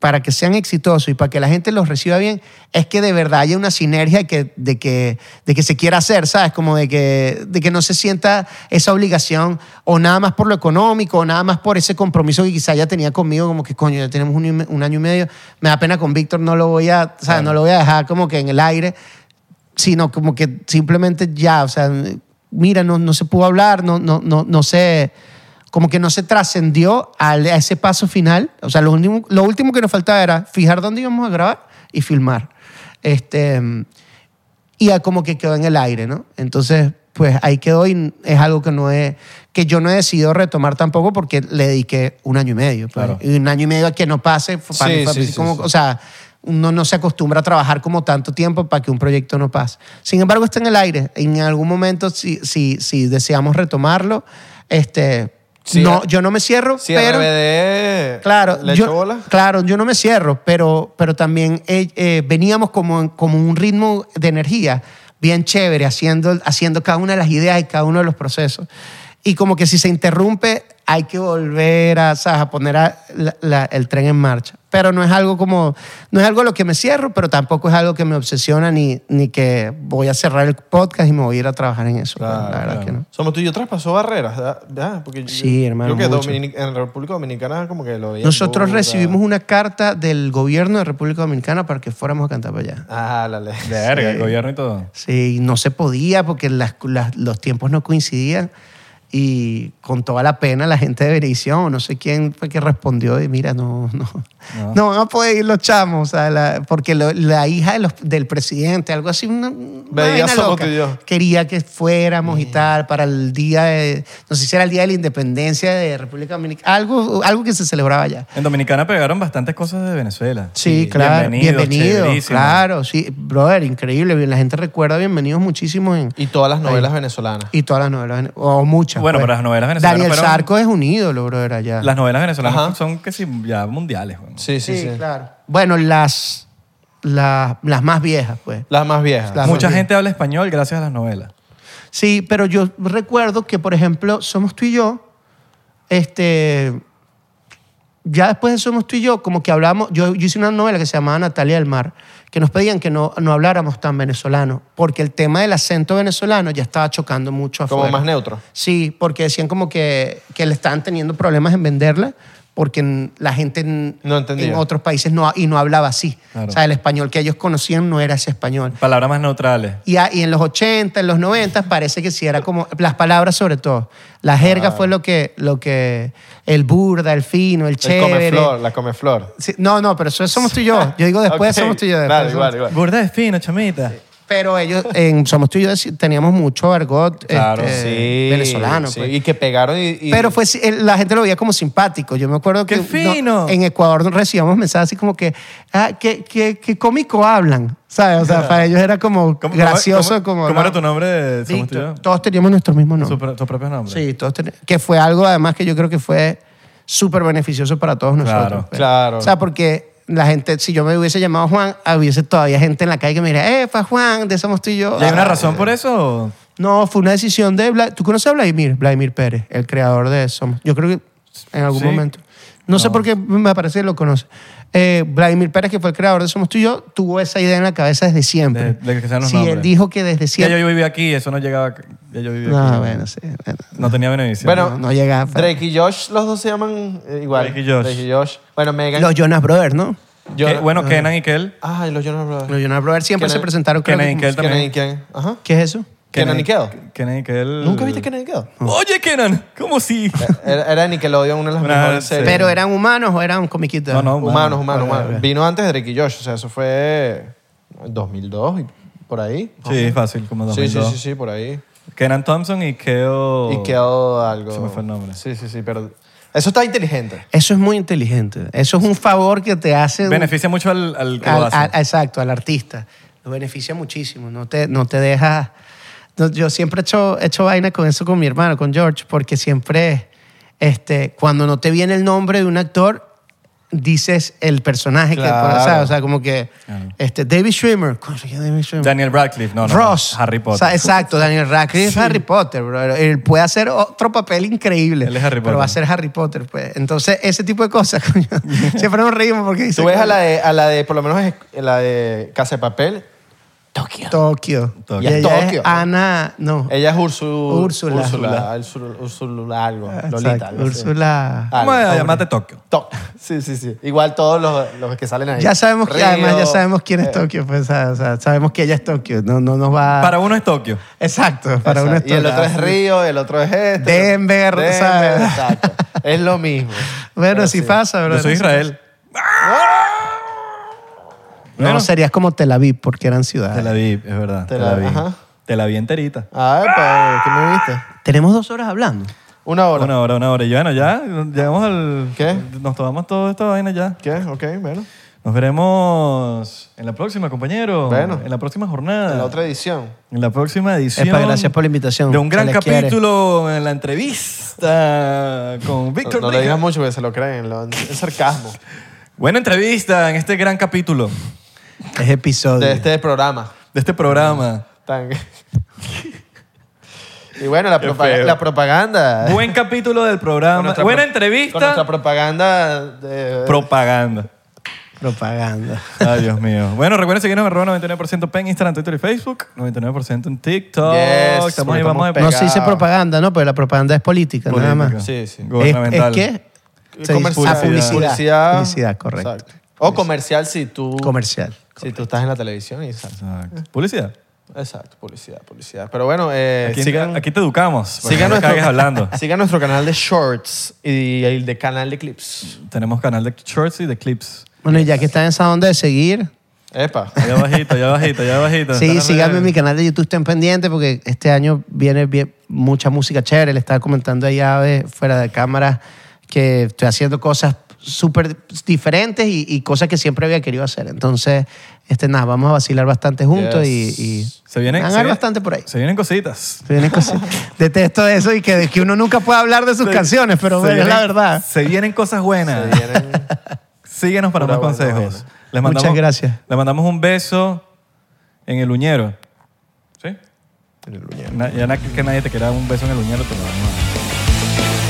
C: para que sean exitosos y para que la gente los reciba bien es que de verdad haya una sinergia que, de, que, de que se quiera hacer, ¿sabes? Como de que, de que no se sienta esa obligación o nada más por lo económico o nada más por ese compromiso que quizá ya tenía conmigo, como que coño, ya tenemos un, y me- un año y medio, me da pena con Víctor, no lo voy a, ¿sabes? No lo voy a dejar como que en el aire sino como que simplemente ya, o sea, mira, no, no se pudo hablar, no, no, no, no se, como que no se trascendió al- a ese paso final. O sea, lo último, lo último que nos faltaba era fijar dónde íbamos a grabar y filmar. Este, y a como que quedó en el aire, ¿no? Entonces, pues ahí quedó y es algo que no he, que yo no he decidido retomar tampoco porque le dediqué un año y medio. pues.
D: Claro.
C: Y un año y medio a que no pase, fue- para
E: Sí,
C: mí fue
E: sí,
C: así
E: sí,
C: como,
E: sí.
C: o sea, uno no se acostumbra a trabajar como tanto tiempo para que un proyecto no pase. Sin embargo, está en el aire. En algún momento, si, si, si deseamos retomarlo, este,
E: Sí,
C: no,
E: eh.
C: yo no me cierro,
E: Si
C: pero...
E: RBD
C: Claro,
E: le
C: yo,
E: echó bola.
C: claro, yo no me cierro, pero, pero también eh, eh, veníamos como, en- como un ritmo de energía bien chévere, haciendo, haciendo cada una de las ideas y cada uno de los procesos. Y como que si se interrumpe, hay que volver a, ¿sabes? a poner a la- la- el tren en marcha. Pero no es algo como, no es algo a lo que me cierro, pero tampoco es algo que me obsesiona ni, ni que voy a cerrar el podcast y me voy a ir a trabajar en eso.
E: Claro,
C: la verdad
E: claro.
C: que no.
E: Somos tú y yo traspasó barreras, ¿verdad? ¿verdad? Porque yo-
C: Sí, hermano,
E: Creo que
C: mucho.
E: Dominic- en República Dominicana como que lo veían
C: Nosotros
E: burda.
C: recibimos una carta del gobierno de República Dominicana para que fuéramos a cantar para allá.
E: Ah, la ley.
D: Verga, el gobierno y todo.
C: Sí, no se podía porque las- las- los tiempos no coincidían y con toda la pena la gente de Verición, no sé quién fue que respondió y mira, no, no, no, van a poder ir los chamos, o sea, la- porque lo- la hija de los- del presidente, algo así, una, una
E: Veía
C: vaina
E: solo
C: loca,
E: tú y yo.
C: quería que fuéramos y tal para el día de, no sé si era el día de la independencia de República Dominicana, algo, algo que se celebraba allá.
D: En Dominicana pegaron bastantes cosas de Venezuela.
C: Sí, claro.
D: Bienvenido,
C: Bienvenido,
D: chéverísimo.
C: claro. Sí, brother, increíble. La gente recuerda bienvenidos muchísimo en,
E: Y todas las novelas venezolanas.
C: y todas las novelas, vene- o muchas.
D: Bueno,
C: pues.
D: pero las novelas venezolanas
C: Daniel
D: fueron-
C: Sarco es un ídolo, brother, allá.
D: Las novelas venezolanas
E: Ajá.
D: son que sí, ya mundiales. güey.
E: Sí, sí, sí.
C: claro. Bueno, las, las, las más viejas, pues.
E: Las más viejas.
C: Las-
D: Mucha
C: sí.
D: gente habla español gracias a las novelas.
C: Sí, pero yo recuerdo que, por ejemplo, Somos tú y yo, este... Ya después de Somos tú y yo, como que hablamos... Yo, yo hice una novela que se llamaba Natalia del Mar, que nos pedían que no, no habláramos tan venezolano, porque el tema del acento venezolano ya estaba chocando mucho afuera.
E: Como más neutro.
C: Sí, porque decían como que, que le estaban teniendo problemas en venderla porque n- la gente en,
E: No entendía.
C: en otros países no, ha- y no hablaba así.
D: Claro.
C: O sea, el español que ellos conocían no era ese español.
D: Palabras más neutrales.
C: Y, a- y en los 80, en los 90, parece que sí era como las palabras sobre todo. La jerga fue lo que, lo que el burda, el fino, el
E: El
C: chévere.
E: comeflor, la comeflor.
C: Sí, no, no, pero eso es somos tú y yo. Yo digo después
E: Ok,
C: somos tú y yo. después
E: Claro,
C: somos
E: igual,
C: tú-
E: igual.
D: Burda es fino, chamita.
C: Pero ellos en Somos tú y yo teníamos mucho argot
D: Claro,
C: este,
E: Sí,
C: venezolano.
E: sí,
C: pues.
E: Y que pegaron y... y-
C: Pero fue, si- el- la gente lo veía como simpático. Yo me acuerdo que
D: ¡Qué fino!
C: no- en Ecuador recibíamos mensajes así como que, ah, qué, qué- qué cómico hablan, ¿sabes? O sea, para ellos era como
D: ¿Cómo-
C: gracioso.
D: cómo-
C: como,
D: ¿Cómo
C: ¿no?
D: era tu nombre? de Somos tú y
C: Víctor.
D: yo?
C: Todos teníamos nuestro mismo nombre.
D: Su pro- ¿Tu propio nombre?
C: Sí, todos ten- que fue algo además que yo creo que fue súper beneficioso para todos nosotros.
D: Claro,
C: pues.
E: claro.
C: O sea, porque la gente, si yo me hubiese llamado Juan, hubiese todavía gente en la calle que me diría, eh, pa Juan, de somos tú y yo.
D: ¿Y hay una
C: Ah,
D: razón por eso? o?
C: no, fue una decisión de... Vla- ¿Tú conoces a Vladimir? Vladimir Pérez, el creador de Somos. Yo creo que en algún
D: Sí.
C: momento. No, sé por qué me parece que lo conoce. Eh, Vladimir Pérez, que fue el creador de Somos tú y yo, tuvo esa idea en la cabeza desde siempre.
D: De- de que sean los
C: sí, él
D: nombres.
C: dijo que desde
D: Ya yo,
C: siempre...
D: yo vivía aquí, eso no llegaba. ac- Ya yo vivía
C: no,
D: aquí.
C: bueno, sí. bueno.
D: No tenía beneficio.
E: Bueno,
C: no, no llegaba.
E: Drake y Josh, los dos se llaman eh, igual.
D: Drake y Josh.
E: Josh. Bueno, Megan.
C: Los Jonas Brothers, ¿no?
E: yo-
D: Ke- bueno, Kenan y Kel.
E: Ay, Ah, los Jonas Brothers.
C: Los Jonas Brothers siempre
E: Kenan-
C: se presentaron. creo que-
D: Kenan y Kel
E: Kenan y
D: también.
E: Ken. Ajá.
C: ¿Qué es eso?
E: Kenan y Kel.
D: Kenan y Kel.
E: ¿Nunca viste Kenan y Kel?
D: Oye, Kenan, ¿cómo si?
E: Era, era de Nickelodeon, una de las
D: Una
E: mejores
D: serie.
E: series.
C: ¿Pero eran humanos o eran comiquitas?
D: No, no,
E: Humanos,
D: humano.
E: humanos,
C: Vale,
E: humanos.
C: vale.
E: Vino antes de Drake y Josh, o sea, eso fue en 2002 y por ahí.
D: Sí, fácil, como
E: Sí,
D: 2002.
E: sí, sí, sí, por ahí.
D: Kenan Thompson y Keo.
E: Y quedó algo.
D: Oh, Se me fue el nombre.
E: Sí, sí, sí, pero eso está inteligente.
C: Eso es muy inteligente. Eso es un favor que te hacen...
D: Beneficia mucho al, al que lo
C: Al-
D: hace.
C: al- exacto, al artista. Lo beneficia muchísimo. No te, no te deja. no, yo siempre he hecho, he hecho vaina con eso con mi hermano, con George, porque siempre, este, cuando no te viene el nombre de un actor, dices el personaje que
E: Claro.
C: ¿sabes? O sea, como que este, David Schwimmer. Coño, David Schwimmer.
D: Daniel Radcliffe, no, no. no,
C: Ross.
D: Harry Potter.
C: O sea, exacto, Daniel Radcliffe es Harry Potter, bro. Él puede hacer otro papel increíble.
D: Él es Harry Potter.
C: Pero va a ser Harry Potter, pues. Entonces, ese tipo de cosas, coño. Siempre nos reímos porque dice.
E: Tú ves a
C: coño,
E: la de, a la de por lo menos es- la de Casa de Papel.
C: Tokio.
D: Tokio.
C: Y ella es
E: Tokio.
C: Ana, no.
E: Ella es Úrsula.
C: Úrsula.
E: Úrsula, Úrsula, Úrsula algo.
D: Ah,
C: Exacto,
E: Lolita. algo así.
C: Úrsula.
D: ¿Cómo
E: Algo,
D: llamarte Tokio?
E: Toc. Sí, sí, sí. Igual todos los, los que salen ahí.
C: Ya sabemos que
E: Río.
C: además ya sabemos quién es
E: Eh,
C: Tokio, pues, o sea, o sea, sabemos que ella es Tokio, no, no nos va
D: Para uno es Tokio.
C: Exacto, para uno es
E: Y el
C: Tokio.
E: otro es Río, el otro es este.
C: Denver,
E: Denver,
C: ¿sabes?
E: exacto. Es lo mismo.
C: Bueno,
E: Pero ¡Ah!
C: si
E: sí.
C: pasa, bro.
D: Yo soy Israel.
C: No,
D: Bueno.
C: serías como Tel Aviv porque eran ciudades.
D: Te la vi, es verdad. Te,
E: Te
D: la,
E: la-
D: vi.
E: ajá.
D: Te la vi enterita.
E: Ay, pero ¿qué me viste?
C: Tenemos dos horas hablando.
E: Una hora.
D: Una hora, una hora. Y bueno, ya llegamos al...
E: ¿Qué?
D: Nos tomamos toda esta vaina ya.
E: ¿Qué? Ok, bueno.
D: Nos veremos en la próxima, compañero.
E: Bueno.
D: En la próxima jornada.
E: En la otra edición.
D: En la próxima edición.
C: Epa, gracias por la invitación.
D: De un
C: Se
D: gran
C: les quiere.
D: capítulo en la entrevista con Víctor
E: No, no le
D: Rica.
E: digas mucho porque se lo creen. lo- es sarcasmo
D: Buena entrevista en este gran capítulo
C: Es episodio.
E: de este programa.
D: de este programa.
E: Tan- y bueno, la,
D: Qué
E: propaga-
D: feo.
E: la propaganda.
D: Buen capítulo del
E: Con
D: programa.
E: nuestra
D: Buena
E: pro- Con
D: entrevista.
E: nuestra propaganda. De,
D: Propaganda.
C: Propaganda.
D: Ay, Dios mío. Bueno, recuerden seguirnos en arroba 99% en Instagram, Twitter y Facebook. 99% en TikTok.
E: Yes,
D: estamos ahí,
E: estamos
D: vamos a
E: pegados.
C: No se dice propaganda, ¿no? Pero la propaganda es política,
D: Política.
C: nada más.
E: Sí, sí.
C: ¿Es,
D: Gubernamental.
C: es qué? Se dice-
E: Comercial.
C: ah, publicidad.
E: Publicidad.
C: Publicidad, correcto.
E: Exacto. O comercial si tú.
C: Comercial.
E: Si tú estás en la televisión. Exacto,
D: Exacto. Publicidad.
E: exacto publicidad, publicidad. Pero bueno, eh,
D: Aquí,
E: sigan,
D: aquí te educamos. para que
E: sigan
D: no te
E: nuestro,
D: cagues hablando.
E: sigan nuestro canal de shorts y el de canal de clips.
D: Tenemos canal de shorts y de clips.
C: Bueno, y ya que están en esa onda de seguir,
E: Epa.
D: Allá bajito, allá bajito, allá bajito.
C: sí,
D: Están
C: síganme en
D: arriba.
C: mi canal de YouTube, estén pendientes porque este año viene bien- mucha música chévere. Le estaba comentando ahí a Ave, fuera de cámara que estoy haciendo cosas súper diferentes y, y cosas que siempre había querido hacer. Entonces, este, nada, vamos a vacilar bastante juntos
E: Yes.
C: y, y
D: Se vienen,
C: van a
D: se
C: ver
D: vienen-
C: bastante por ahí.
D: Se vienen cositas.
C: Se vienen cosas- Detesto eso y que, que uno nunca puede hablar de sus canciones, pero
D: Se
C: bueno, es la
D: vienen-
C: verdad.
D: Se vienen cosas buenas.
E: Tienen-
D: Síguenos para
E: Pura
D: más
E: buena,
D: consejos.
E: buena.
D: Les
C: Muchas gracias.
D: Les mandamos un beso en el uñero. ¿Sí? Na- ya na- que nadie te quiera dar un beso en el uñero, te lo vamos a dar.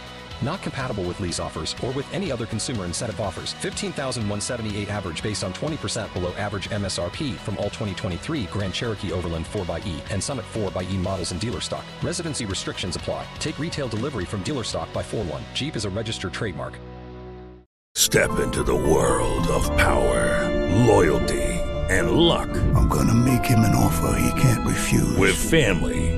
I: Not compatible with lease offers or with any other consumer incentive offers. 15,178 average based on 20% below average MSRP from all 2023 Grand Cherokee Overland 4xE and Summit 4xE models in dealer stock. Residency restrictions apply. Take retail delivery from dealer stock by 4 1. Jeep is a registered trademark.
J: Step into the world of power, loyalty, and luck.
K: I'm gonna make him an offer he can't refuse.
J: With family,